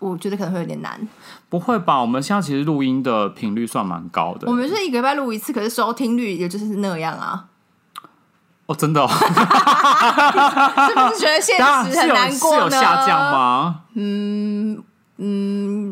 Speaker 1: 我觉得可能会有点难。
Speaker 2: 不会吧？我们现在其实录音的频率算蛮高的。
Speaker 1: 我们是一个礼拜录一次，可是收听率也就是那样啊，
Speaker 2: 哦，真的、哦，
Speaker 1: 是不是觉得现
Speaker 2: 当然
Speaker 1: 实
Speaker 2: 是
Speaker 1: 很
Speaker 2: 有
Speaker 1: 难
Speaker 2: 是
Speaker 1: 过
Speaker 2: 有
Speaker 1: 呢？
Speaker 2: 下降？吗？
Speaker 1: 嗯，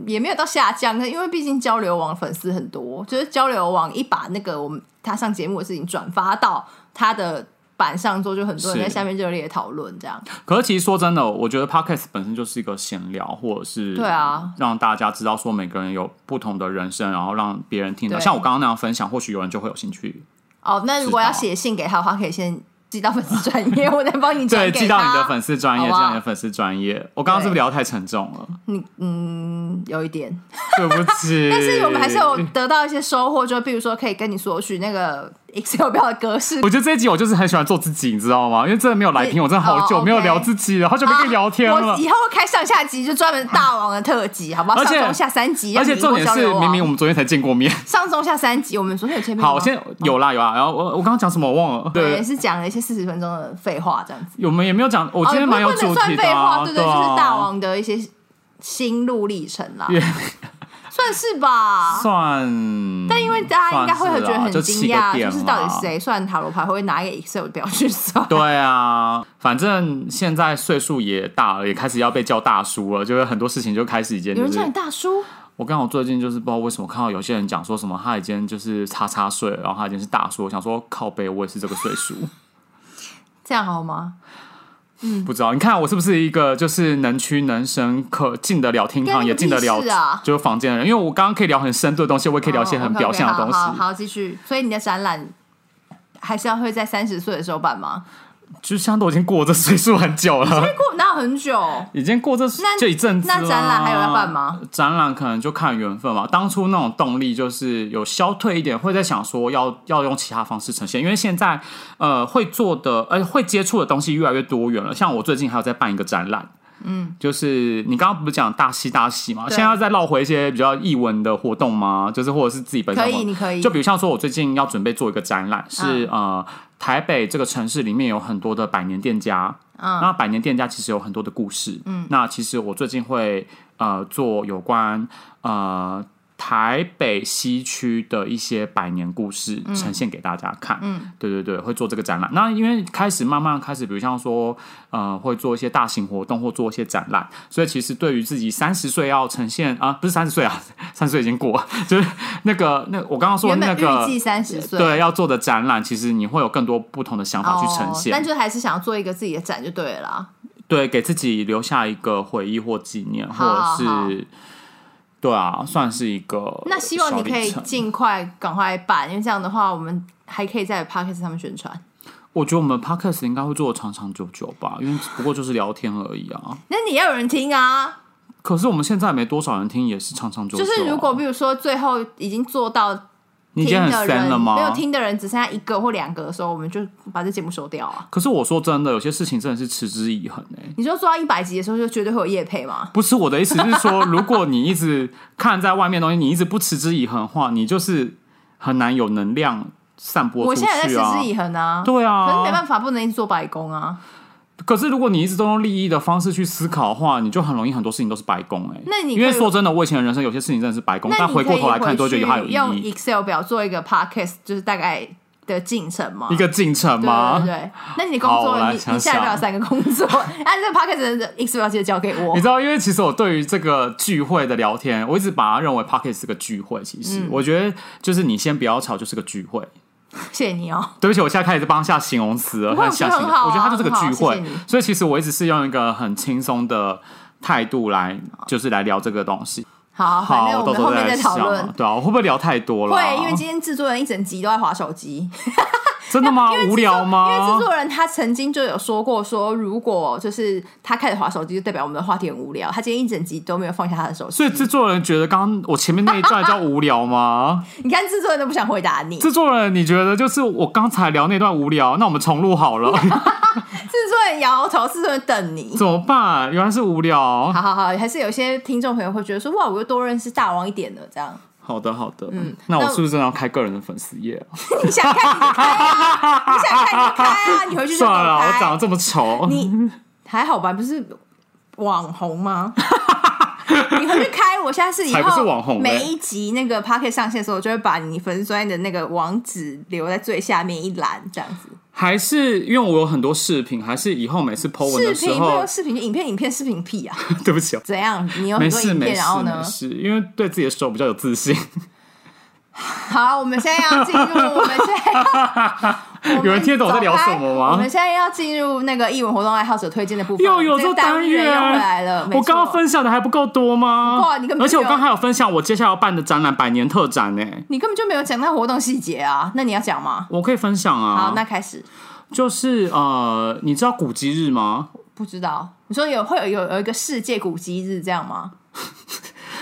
Speaker 1: 也没有到下降，因为毕竟交流网粉丝很多，就是交流网一把那个我们他上节目的事情转发到他的版上之后，就很多人
Speaker 2: 是
Speaker 1: 在下面热烈讨论，这样
Speaker 2: 可是其实说真的，我觉得 podcast 本身就是一个闲聊，或者是
Speaker 1: 对啊，
Speaker 2: 让大家知道说每个人有不同的人生，然后让别人听到。
Speaker 1: 对
Speaker 2: 像我刚刚那样分享，或许有人就会有兴趣，
Speaker 1: 哦。那如果
Speaker 2: 知道
Speaker 1: 要写信给他的话，可以先寄到粉丝专 业，我再帮你转
Speaker 2: 对，
Speaker 1: 给
Speaker 2: 寄到你的
Speaker 1: 他
Speaker 2: 粉丝专业，
Speaker 1: 好啊不
Speaker 2: 寄
Speaker 1: 好
Speaker 2: 到你的粉丝专业。我刚刚是不是聊太沉重了？
Speaker 1: 你嗯，有一点。
Speaker 2: 对不起，
Speaker 1: 但是我们还是有。得到一些收获，就比如说可以跟你索取那个 Excel 表的格式
Speaker 2: 我觉得这一集我就是很喜欢做自己，你知道吗？因为真的没有来
Speaker 1: 你
Speaker 2: 宾，我真的好
Speaker 1: 哦
Speaker 2: 久
Speaker 1: ，OK
Speaker 2: 没有聊自己了，好久没跟你聊天
Speaker 1: 啊
Speaker 2: 了
Speaker 1: 我。以后会开上下集，就专门大王的特辑，好不好？
Speaker 2: 而且
Speaker 1: 上中下三集，
Speaker 2: 而且重点
Speaker 1: 让你
Speaker 2: 是
Speaker 1: 多交流，啊
Speaker 2: 明明我们昨天才见过面。
Speaker 1: 上中下三集，我们昨天有见面吗。
Speaker 2: 好，我现在有啦有啦。然后我我刚刚讲什么我忘了。
Speaker 1: 对
Speaker 2: 对
Speaker 1: 也，是讲了一些四十分钟的废话，这样子。
Speaker 2: 我们也没有讲，我今
Speaker 1: 哦，
Speaker 2: 天蛮有
Speaker 1: 不能
Speaker 2: 主
Speaker 1: 算
Speaker 2: 题的
Speaker 1: 废
Speaker 2: 啊、
Speaker 1: 话，对就是
Speaker 2: 啊
Speaker 1: 大王的一些心路历程啦，
Speaker 2: 也
Speaker 1: 算是吧。
Speaker 2: 算，但
Speaker 1: 因为大家应该会觉得很
Speaker 2: 就
Speaker 1: 惊
Speaker 2: 起
Speaker 1: 讶，
Speaker 2: 个
Speaker 1: 就
Speaker 2: 点
Speaker 1: 是到底
Speaker 2: 嘛
Speaker 1: 谁算塔罗牌会拿一个 Excel 表去算？
Speaker 2: 对啊，反正现在岁数也大了，也开始要被叫大叔了，就是很多事情就开始已经
Speaker 1: 有
Speaker 2: 就
Speaker 1: 人
Speaker 2: 是
Speaker 1: 叫你大叔，
Speaker 2: 我刚好最近就是不知道为什么看到有些人讲说什么他已经就是叉叉岁了，然后他已经是大叔，我想说靠背我也是这个岁数，
Speaker 1: 这样好吗？嗯
Speaker 2: 不知道你看我是不是一个就是能屈能伸，可进得了厅
Speaker 1: 干
Speaker 2: 堂
Speaker 1: 你
Speaker 2: 也进得了
Speaker 1: 屁事啊
Speaker 2: 就是房间的人，因为我刚刚可以聊很深度的东西，我也可以聊一些很表象的东西，
Speaker 1: 哦，OK，OK，好好好，继续。所以你的展览还是要会在三十岁的时候办吗？
Speaker 2: 就像都已经过这岁数很久了。
Speaker 1: 过那很久，
Speaker 2: 已经过这
Speaker 1: 那
Speaker 2: 这一阵子啦啊
Speaker 1: 那展览还有要办吗？
Speaker 2: 展览可能就看缘分嘛。当初那种动力就是有消退一点，会在想说要要用其他方式呈现，因为现在呃会做的呃会接触的东西越来越多元了。像我最近还有在办一个展览。嗯，就是你刚刚不是讲大喜大喜嘛？
Speaker 1: 对
Speaker 2: 现在要再绕回一些比较译文的活动吗？就是或者是自己本身
Speaker 1: 可
Speaker 2: 的
Speaker 1: 以，
Speaker 2: 活动
Speaker 1: 你可以。
Speaker 2: 就比如像说，我最近要准备做一个展览，是、呃台北这个城市里面有很多的百年店家，
Speaker 1: 嗯
Speaker 2: 那百年店家其实有很多的故事，嗯，那其实我最近会呃做有关呃。台北西区的一些百年故事呈现给大家看，嗯，对对对，会做这个展览。那因为开始慢慢开始，比如像说，呃，会做一些大型活动或做一些展览，所以其实对于自己三十岁要呈现啊、不是三十岁啊，三十岁已经过了， 就是那个那我刚刚说
Speaker 1: 原
Speaker 2: 的那
Speaker 1: 本
Speaker 2: 个
Speaker 1: 预计三十岁，
Speaker 2: 对要做的展览，其实你会有更多不同的想法
Speaker 1: 哦，
Speaker 2: 去呈现，
Speaker 1: 但就还是想要做一个自己的展就对了啦。
Speaker 2: 对，给自己留下一个回忆或纪念，
Speaker 1: 好好
Speaker 2: 或者是对啊，算是一个
Speaker 1: 那希望你
Speaker 2: 小
Speaker 1: 可以
Speaker 2: 里程
Speaker 1: 尽快赶快办，因为这样的话，我们还可以在 podcast 上面宣传。
Speaker 2: 我觉得我们 podcast 应该会做的长长久久吧，因为不过就是聊天而已啊。
Speaker 1: 那你要有人听啊，
Speaker 2: 可是我们现在没多少人听，也是长长久久
Speaker 1: 就
Speaker 2: 啊、
Speaker 1: 是如果比如说最后已经做到
Speaker 2: 你已
Speaker 1: 听
Speaker 2: 经很
Speaker 1: 的人
Speaker 2: 深了吗？
Speaker 1: 没有听的人只剩下一个或两个的时候，我们就把这节目收掉啊。
Speaker 2: 可是我说真的，有些事情真的是持之以恒哎、
Speaker 1: 你说做到一百集的时候，就绝对会有业配吗？
Speaker 2: 不是我的意思是说，如果你一直看在外面的东西，你一直不持之以恒的话，你就是很难有能量散播
Speaker 1: 我
Speaker 2: 出
Speaker 1: 现在在
Speaker 2: 去
Speaker 1: 持
Speaker 2: 啊
Speaker 1: 之。以恒啊，
Speaker 2: 对啊，
Speaker 1: 可是没办法，不能一直做白工啊。
Speaker 2: 可是如果你一直都用利益的方式去思考的话，你就很容易很多事情都是白宫哎、
Speaker 1: 那你
Speaker 2: 因为
Speaker 1: 可以
Speaker 2: 说真的，我以前的人生有些事情真的是白宫，
Speaker 1: 那
Speaker 2: 但
Speaker 1: 你
Speaker 2: 回过头来看，都会觉得它有
Speaker 1: 可以回
Speaker 2: 意
Speaker 1: 去
Speaker 2: 义。
Speaker 1: 用 Excel 表做一个 podcast，就是大概的进程吗？
Speaker 2: 一个进程吗？
Speaker 1: 对对对，那你的工
Speaker 2: 好我
Speaker 1: 作，
Speaker 2: 来
Speaker 1: 你
Speaker 2: 想
Speaker 1: 你下一
Speaker 2: 想
Speaker 1: 秒有三个工 作，啊，这个 p o c k e t 的 Excel 要记得交给我
Speaker 2: 你。知道，因为其实我对于这个聚会的聊天，我一直把它认为 Pocket 是个聚会。其实、
Speaker 1: 嗯
Speaker 2: 我觉得，就是你先不要吵，就是个聚会。
Speaker 1: 谢谢你哦，
Speaker 2: 对不起，我现在开始帮他下形容词了，
Speaker 1: 不会
Speaker 2: 很下形
Speaker 1: 我觉
Speaker 2: 容
Speaker 1: 得很好啊
Speaker 2: 我觉得它就是个聚会，
Speaker 1: 很好谢谢你
Speaker 2: 所以其实我一直是用一个很轻松的态度来，就是来聊这个东西。
Speaker 1: 好，反正
Speaker 2: 好，
Speaker 1: 我
Speaker 2: 豆
Speaker 1: 们
Speaker 2: 豆
Speaker 1: 后面
Speaker 2: 在
Speaker 1: 再讨
Speaker 2: 想
Speaker 1: 论
Speaker 2: 啊。，对啊，我会不会聊太多了啊？
Speaker 1: 会，因为今天制作人一整集都在划手机，
Speaker 2: 真的
Speaker 1: 因
Speaker 2: 吗
Speaker 1: 为？制
Speaker 2: 无
Speaker 1: 作
Speaker 2: 聊
Speaker 1: 因为
Speaker 2: 吗
Speaker 1: 制？作人他曾经就有说过说如果就是他开始划手机，就代表我们的话题很无聊。他今天一整集都没有放下他的手机，
Speaker 2: 所以制作人觉得刚刚我前面那一段叫无聊吗？
Speaker 1: 你看制作人都不想回答你，制
Speaker 2: 制作人，你觉得就是我刚才聊那段无聊，那我们重录好了，
Speaker 1: 作人摇头，制作人等你。
Speaker 2: 怎么办？原来是无聊。
Speaker 1: 好好好，还是有些听众朋友会觉得说哇，我又多认识大王一点了，这 样
Speaker 2: 好的，好的，嗯，那我
Speaker 1: 那
Speaker 2: 是不是真的要开个人的粉丝页啊？
Speaker 1: 你想看你就开啊，你想看你就开啊，你回去就给
Speaker 2: 算了，我
Speaker 1: 开
Speaker 2: 长得这么丑，
Speaker 1: 你还好吧？不是网红吗？ 你回去开，我下次以后
Speaker 2: 才不是网红嘞
Speaker 1: 每一集那个 p o c k e t 上线的时候，我就会把你粉专的那个网址留在最下面一栏，这样子。
Speaker 2: 还是因为我有很多视频，还是以后每次 po 文
Speaker 1: 视
Speaker 2: 的时
Speaker 1: 频不
Speaker 2: 候
Speaker 1: 用，视频，影片影片视频屁啊！
Speaker 2: 对不起哦，
Speaker 1: 怎样？你有
Speaker 2: 没
Speaker 1: 很多
Speaker 2: 事
Speaker 1: 影
Speaker 2: 没
Speaker 1: 片，
Speaker 2: 事
Speaker 1: 然后呢
Speaker 2: 没？事，因为对自己的手比较有自信。
Speaker 1: 好，我们现在要进入，我们现在要
Speaker 2: 有人听得懂我在聊什么吗
Speaker 1: 我们走开我们现在要进入那个译文活动爱哎好者推荐的部分。
Speaker 2: 又有
Speaker 1: 这
Speaker 2: 这
Speaker 1: 个单
Speaker 2: 元，
Speaker 1: 又回来了。 没
Speaker 2: 我刚刚
Speaker 1: 错
Speaker 2: 分享的还不够多吗？
Speaker 1: 哇你根本就
Speaker 2: 而且我
Speaker 1: 没有
Speaker 2: 刚还有分享我接下来要办的展览——百年特展呢、欸
Speaker 1: 你根本就没有讲到活动细节啊，那你要讲吗？
Speaker 2: 我可以分享啊。
Speaker 1: 好，那开始。
Speaker 2: 就是呃，你知道古籍日吗？
Speaker 1: 不知道，你说有会有有有一个世界古迹日这样吗？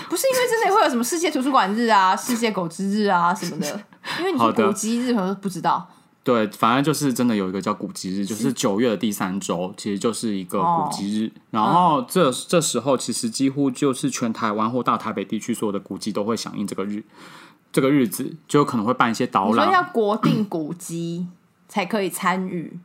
Speaker 1: 不是因为真的会有什么世界图书馆日啊、世界狗之日啊什么的，因为你
Speaker 2: 好
Speaker 1: 说
Speaker 2: 的
Speaker 1: 古迹日，我说不知道。
Speaker 2: 对，反正就是真的有一个叫古籍日，就是九月的第三周，其实就是一个古籍
Speaker 1: 哦
Speaker 2: 日。然
Speaker 1: 嗯
Speaker 2: 后这这时候其实几乎就是全台湾或大台北地区所有的古迹都会响应这个日，这个日子就有可能会办一些导
Speaker 1: 你说
Speaker 2: 览，
Speaker 1: 要国定古迹才可以参与，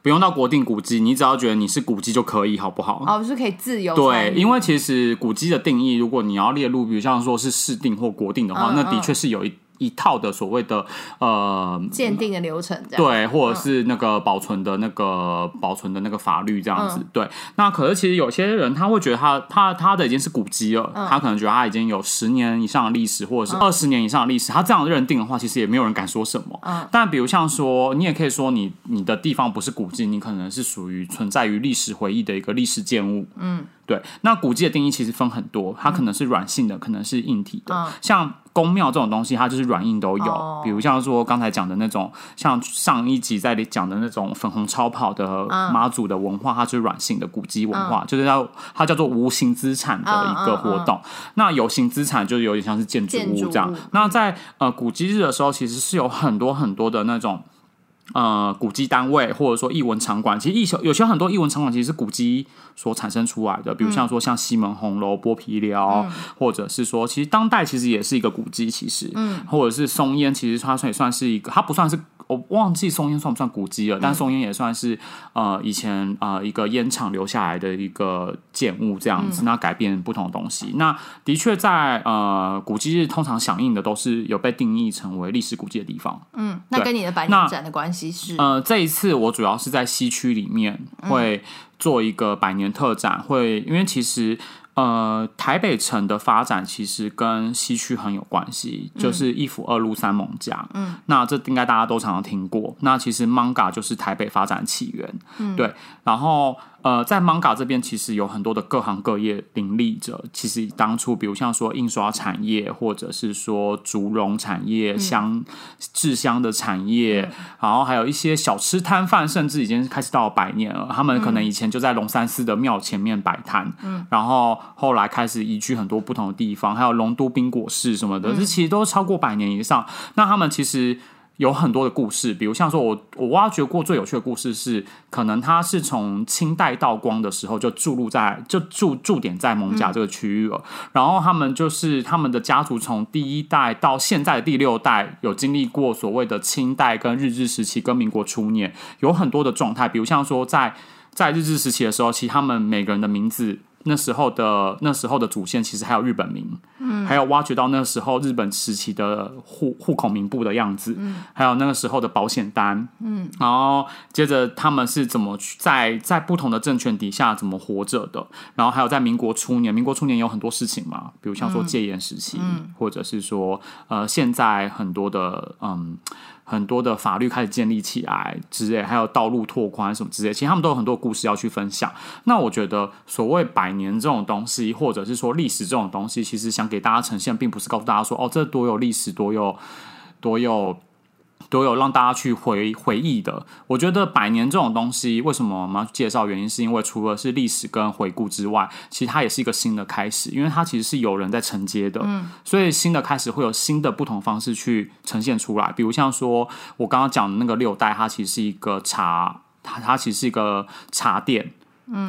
Speaker 2: 不用到国定古迹，你只要觉得你是古迹就可以，好不好？
Speaker 1: 哦，就是可以自由参
Speaker 2: 对，
Speaker 1: 与
Speaker 2: 因为其实古迹的定义，如果你要列入，比如像说是市定或国定的话，
Speaker 1: 嗯
Speaker 2: 那的确是有一一套的所谓的呃
Speaker 1: 鉴定的流程这样。嗯
Speaker 2: 对，或者是那个保存的那个保存的那个法律这样
Speaker 1: 嗯
Speaker 2: 子。对，那可是其实有些人他会觉得他他他的已经是古迹了，
Speaker 1: 嗯
Speaker 2: 他可能觉得他已经有十年以上的历史，或者是二十年以上的历史。他这样认定的话，其实也没有人敢说什么。
Speaker 1: 嗯
Speaker 2: 但比如像说，你也可以说你你的地方不是古迹，你可能是属于存在于历史回忆的一个历史建物。嗯，对。那古迹的定义其实分很多，它可能是软性的，可能是硬体的，
Speaker 1: 嗯
Speaker 2: 像。宫庙这种东西，它就是软硬都有，
Speaker 1: 哦
Speaker 2: 比如像说刚才讲的那种，像上一集在讲的那种粉红超跑的
Speaker 1: 嗯
Speaker 2: 妈祖的文化，它就是软性的古迹文化，就是叫它叫做无形资产的
Speaker 1: 嗯
Speaker 2: 一个活动。那有形资产就是有点像是建筑
Speaker 1: 建筑
Speaker 2: 物
Speaker 1: 物
Speaker 2: 这样。那在呃古迹日的时候，其实是有很多很多的那种。呃，古迹单位或者说艺文场馆，其实艺有些很多艺文场馆其实是古迹所产生出来的，比如像说像西门红楼、剥皮寮，或者是说其实当代其实也是一个古迹，其实，嗯，或者是松烟，其实它算也算是一个，它不算是我忘记松烟算不算古迹了，但松烟也算是呃以前呃一个烟厂留下来的一个建物这样子，那改变不同的东西。那的确在呃古迹日通常响应的都是有被定义成为历史古迹的地方，
Speaker 1: 嗯，那
Speaker 2: 对
Speaker 1: 跟你的百
Speaker 2: 那
Speaker 1: 年展的关系是，
Speaker 2: 呃，这一次我主要是在西区里面会做一个百年特展，会因为其实。呃，台北城的发展其实跟西区很有关系，就是一府二路三艋家。嗯，那这应该大家都常常听过。那其实 manga 就是台北发展起源。嗯，对。然后呃，在 manga 这边其实有很多的各行各业林立者，其实当初比如像说印刷产业，或者是说竹绒产业、香制香的产业，然后还有一些小吃摊贩，甚至已经开始到了百年了。他们可能以前就在龙山寺的庙前面摆摊，嗯，然后后来开始移居很多不同的地方，还有龙都冰果室什么的，这其实都超过百年以上。那他们其实。有很多的故事，比如像说我我挖掘过最有趣的故事是，可能它是从清代道光的时候就注入在就驻驻点在蒙甲这个区域了，然后他们就是他们的家族从第一代到现在的第六代，有经历过所谓的清代跟日治时期跟民国初年，有很多的状态，比如像说在在日治时期的时候，其实他们每个人的名字。那时候的那时候的祖先其实还有日本名，嗯，还有挖掘到那时候日本时期的户户口名簿的样子，嗯，还有那个时候的保险单，嗯，然后接着他们是怎么去在在不同的政权底下怎么活着的，然后还有在民国初年，民国初年有很多事情嘛，比如像说戒严时期，或者是说呃现在很多的嗯。很多的法律开始建立起来之类，还有道路拓宽什么之类，其实他们都有很多故事要去分享。那我觉得所谓百年这种东西，或者是说历史这种东西，其实想给大家呈现，并不是告诉大家说哦，这多有历史，多有多有都有让大家去回回忆的。我觉得百年这种东西，为什么我们要去介绍？原因是因为除了是历史跟回顾之外，其实它也是一个新的开始，因为它其实是有人在承接的，所以新的开始会有新的不同方式去呈现出来。比如像说我刚刚讲的那个六代，它其实是一个茶，它它其实是一个茶店。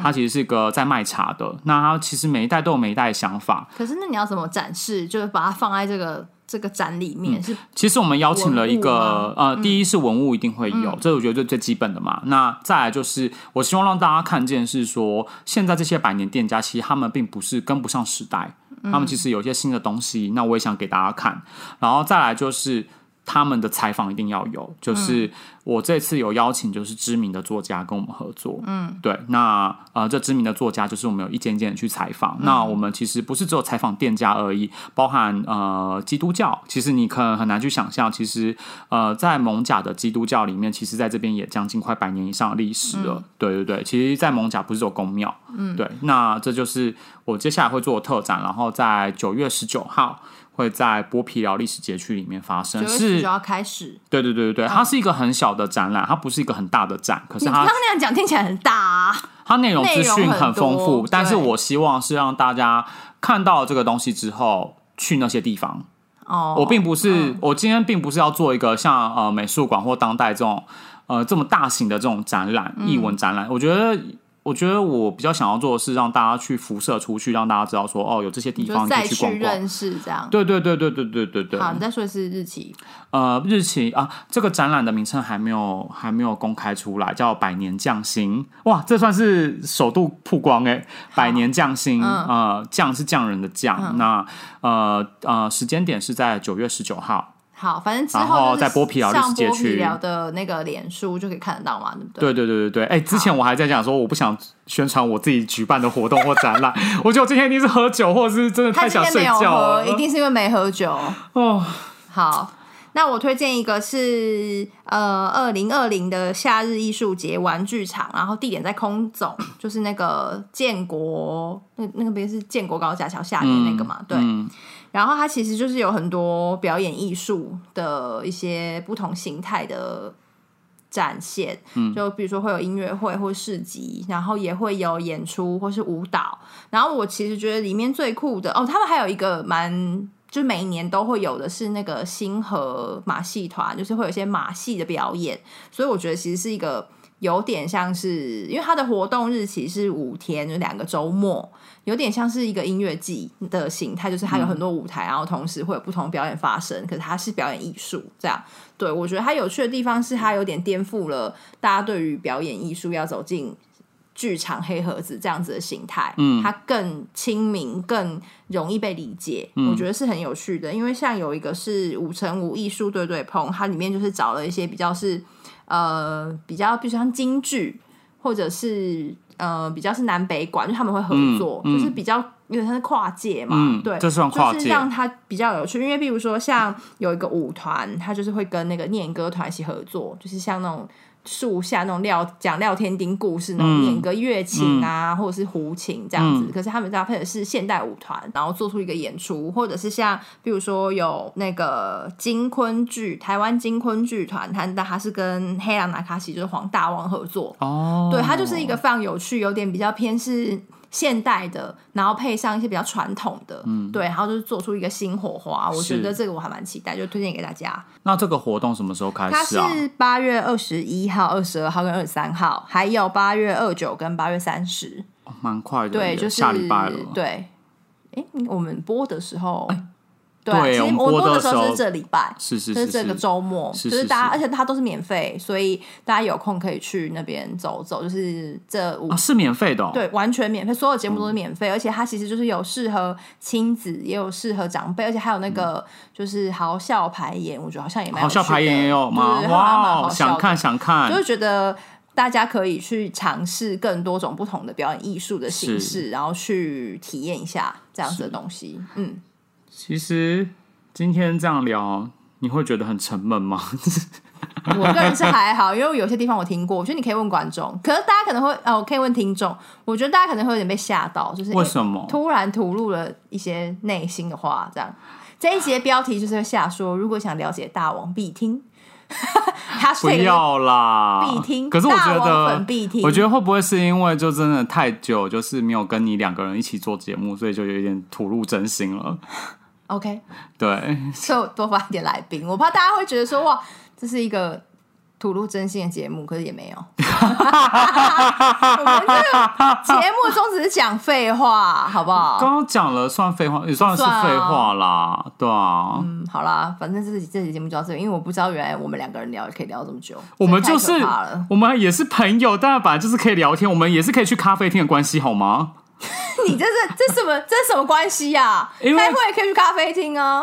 Speaker 2: 它其实是一个在卖茶的，那它其实每一代都有每一代的想法，
Speaker 1: 可是那你要怎么展示？就是把它放在这个这个展里面，是
Speaker 2: 其实我们邀请了一
Speaker 1: 文
Speaker 2: 个
Speaker 1: 物
Speaker 2: 呃，第一是文物一定会有，嗯这我觉得最最基本的嘛。那再来就是，我希望让大家看见是说，现在这些百年店家其实他们并不是跟不上时代，嗯他们其实有一些新的东西。那我也想给大家看，然后再来就是。他们的采访一定要有，就是我这次有邀请，就是知名的作家跟我们合作，嗯，对，那呃，这知名的作家就是我们有一间间的去采访，
Speaker 1: 嗯
Speaker 2: 那我们其实不是只有采访店家而已，包含呃基督教，其实你可能很难去想象，其实呃在蒙甲的基督教里面，其实在这边也将近快百年以上的历史
Speaker 1: 嗯
Speaker 2: 了，对对对，其实，在蒙甲不是只有公庙，嗯，对，那这就是我接下来会做的特展，然后在九月十九号。会在剥皮寮历史街区里面发生，
Speaker 1: 九月
Speaker 2: 是
Speaker 1: 十就要开始。
Speaker 2: 对对对对对，它是一个很小的展览，它不是一个很大的展，可是
Speaker 1: 你刚
Speaker 2: 它
Speaker 1: 刚那样讲听起来很大、啊，
Speaker 2: 它内容资
Speaker 1: 内
Speaker 2: 讯
Speaker 1: 容很
Speaker 2: 很丰
Speaker 1: 多
Speaker 2: 富，但是
Speaker 1: 对
Speaker 2: 我希望是让大家看到这个东西之后去那些地方。
Speaker 1: 哦，
Speaker 2: 我并不是，我今天并不是要做一个像呃美术馆或当代这种呃这么大型的这种展览、
Speaker 1: 嗯
Speaker 2: 艺文展览。我觉得，我觉得我比较想要做的是让大家去辐射出去，让大家知道说哦，有这些地
Speaker 1: 就
Speaker 2: 方你可
Speaker 1: 再
Speaker 2: 以去
Speaker 1: 去
Speaker 2: 逛逛。
Speaker 1: 认识这样。
Speaker 2: 对对对对对对对对。
Speaker 1: 好，你再说一次日期。
Speaker 2: 呃，日期啊，这个展览的名称还没有还没有公开出来，叫《百年匠心》。哇，这算是首度曝光哎、百年匠心》
Speaker 1: 嗯
Speaker 2: 呃，匠是匠人的匠，那呃呃，时间点是在九月十九号。
Speaker 1: 好，反正之
Speaker 2: 然后
Speaker 1: 就是
Speaker 2: 在剥皮寮历
Speaker 1: 上
Speaker 2: 史街
Speaker 1: 剥皮
Speaker 2: 区
Speaker 1: 寮的那个脸书就可以看得到嘛，对不对？
Speaker 2: 对对对对对，哎、之前我还在讲说我不想宣传我自己举办的活动或展览， 我觉得我今天一定是喝酒，或者是真的
Speaker 1: 他
Speaker 2: 太
Speaker 1: 今
Speaker 2: 想
Speaker 1: 天
Speaker 2: 睡
Speaker 1: 没有
Speaker 2: 觉
Speaker 1: 喝，
Speaker 2: 了。
Speaker 1: 一定是因为没喝酒。
Speaker 2: 哦，
Speaker 1: 好，那我推荐一个是呃二零二零的夏日艺术节玩具场，然后地点在空 总，就是那个建国那那个边是建国高架桥下面那个嘛，对。
Speaker 2: 嗯
Speaker 1: 然后它其实就是有很多表演艺术的一些不同形态的展现，
Speaker 2: 嗯
Speaker 1: 就比如说会有音乐会或市集，然后也会有演出或是舞蹈。然后我其实觉得里面最酷的哦，他们还有一个蛮。就每一年都会有的是那个星河马戏团，就是会有一些马戏的表演，所以我觉得其实是一个有点像是，因为它的活动日期是五天，就是两个周末，有点像是一个音乐季的形态，就是它有很多舞台，然后同时会有不同表演发生，可是它是表演艺术这样。对我觉得它有趣的地方是它有点颠覆了大家对于表演艺术要走进。剧场黑盒子这样子的形态，嗯，它更亲民，更容易被理解，
Speaker 2: 嗯
Speaker 1: 我觉得是很有趣的。因为像有一个是五乘五艺术对对碰，它里面就是找了一些比较是呃比较，比如像京剧，或者是呃比较是南北馆，就他们会合作，
Speaker 2: 嗯嗯
Speaker 1: 就是比较有点像是跨界嘛，
Speaker 2: 嗯
Speaker 1: 对，
Speaker 2: 这算跨界
Speaker 1: 就是让它比较有趣。因为比如说像有一个舞团，它就是会跟那个念歌团一起合作，就是像那种。树下那种廖讲廖天丁故事那种
Speaker 2: 嗯
Speaker 1: 念歌乐琴啊，或者是胡琴这样子，可是他们搭配的是现代舞团，然后做出一个演出，或者是像比如说有那个金昆剧，台湾金昆剧团，它它是跟黑狼拿卡西就是黄大王合作，
Speaker 2: 哦，
Speaker 1: 对，它就是一个非常有趣，有点比较偏是现代的，然后配上一些比较传统的，嗯，对，然后就是做出一个新火花。我觉
Speaker 2: 是
Speaker 1: 得这个我还蛮期待，就推荐给大家。
Speaker 2: 那这个活动什么时候开
Speaker 1: 它
Speaker 2: 始啊？
Speaker 1: 是八月二十一号、二十二号跟二十三号，还有八月二九跟八月三十，
Speaker 2: 哦蛮快的
Speaker 1: 对，
Speaker 2: 耶，
Speaker 1: 就是
Speaker 2: 下礼拜了。
Speaker 1: 对。哎，我们播的时候，对啊，
Speaker 2: 对
Speaker 1: 其实
Speaker 2: 我们
Speaker 1: 我们
Speaker 2: 播
Speaker 1: 播的
Speaker 2: 的
Speaker 1: 时
Speaker 2: 时候
Speaker 1: 候是这礼拜，
Speaker 2: 是是
Speaker 1: 就是是这个
Speaker 2: 是，
Speaker 1: 周末，
Speaker 2: 是
Speaker 1: 就是
Speaker 2: 是
Speaker 1: 大家，
Speaker 2: 是
Speaker 1: 而且它都是免费，所以大家有空可以去那边走走。就是这五、
Speaker 2: 啊，嗯是免费的、哦，
Speaker 1: 对，完全免费，所有节目都是免费，而且它其实就是有适合亲子，也有适合长辈，而且还有那个就是豪笑排演，我觉得好像也蛮有
Speaker 2: 嗯好笑
Speaker 1: 趣的
Speaker 2: 排演也有吗
Speaker 1: 对？对好像蛮
Speaker 2: 哇
Speaker 1: 好
Speaker 2: 哦，
Speaker 1: 笑的
Speaker 2: 想看想看
Speaker 1: 就，是觉得大家可以去尝试更多种不同的表演艺术的形式，然后去体验一下这样子的东西。嗯，
Speaker 2: 其实今天这样聊，你会觉得很沉闷吗？
Speaker 1: 我个人是还好，因为有些地方我听过，我觉得你可以问观众，可是大家可能会呃，我可以问听众，我觉得大家可能会有点被吓到，就是
Speaker 2: 为
Speaker 1: 诶
Speaker 2: 什么？
Speaker 1: 突然吐露了一些内心的话，这样。这一节标题就是下说，如果想了解大王必听， 他
Speaker 2: 不要啦，
Speaker 1: 必听
Speaker 2: 可是我觉
Speaker 1: 大王粉
Speaker 2: 得
Speaker 1: 必听，
Speaker 2: 我觉得会不会是因为就真的太久，就是没有跟你两个人一起做节目，所以就有一点吐露真心了。
Speaker 1: OK，
Speaker 2: 对，
Speaker 1: 所以我多发一点来宾，我怕大家会觉得说哇，这是一个吐露真心的节目，可是也没有。 我们这个节目宗旨是讲废话，好不好？
Speaker 2: 刚刚讲了算废话，也算是
Speaker 1: 算啊
Speaker 2: 废话啦，对啊。
Speaker 1: 嗯，好啦，反正这期这期节目就到这里，因为我不知道原来我们两个人聊也可以聊这么久，
Speaker 2: 我们
Speaker 1: 真
Speaker 2: 就
Speaker 1: 的太
Speaker 2: 是
Speaker 1: 可怕了
Speaker 2: 我们也是朋友，但本来就是可以聊天，我们也是可以去咖啡厅的关系，好吗？
Speaker 1: 你这是这什么这什么关系呀、啊？
Speaker 2: 因为
Speaker 1: 开会也可以去咖啡厅啊。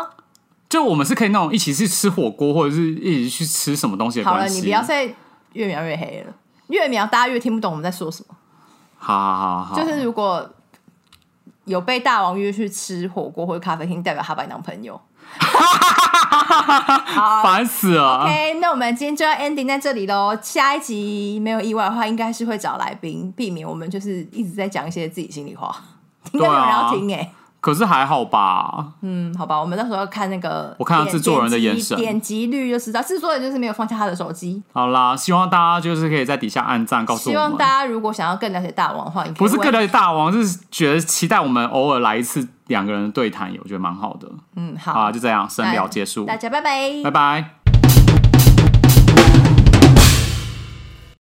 Speaker 2: 就我们是可以那种一起去吃火锅，或者是一起去吃什么东西的
Speaker 1: 好了，
Speaker 2: 关系。
Speaker 1: 你不要再越描越黑了，越描大家越听不懂我们在说什么。
Speaker 2: 好好好好，
Speaker 1: 就是如果有被大王约去吃火锅或者咖啡厅，代表他把你当朋友。好
Speaker 2: 烦死了。
Speaker 1: ，OK，那我们今天就要 ending 在这里喽。下一集没有意外的话，应该是会找来宾，避免我们就是一直在讲一些自己心里话，应该没有人要
Speaker 2: 啊
Speaker 1: 听哎、
Speaker 2: 可是还好吧，
Speaker 1: 嗯，好吧，我们到时候看那个点，
Speaker 2: 我看到制作人的眼神
Speaker 1: 点击点击率就知道，制作人就是没有放下他的手机。
Speaker 2: 好啦，希望大家就是可以在底下按赞，告诉
Speaker 1: 希
Speaker 2: 我
Speaker 1: 望大家
Speaker 2: 们。
Speaker 1: 如果想要更了解大王的话，你可以
Speaker 2: 不是
Speaker 1: 问
Speaker 2: 各了解大王，是觉得期待我们偶尔来一次两个人的对谈，我觉得蛮好的。
Speaker 1: 嗯
Speaker 2: 好
Speaker 1: 好
Speaker 2: 啦，就这样，深聊结束
Speaker 1: 大，家拜拜，
Speaker 2: 啊拜拜。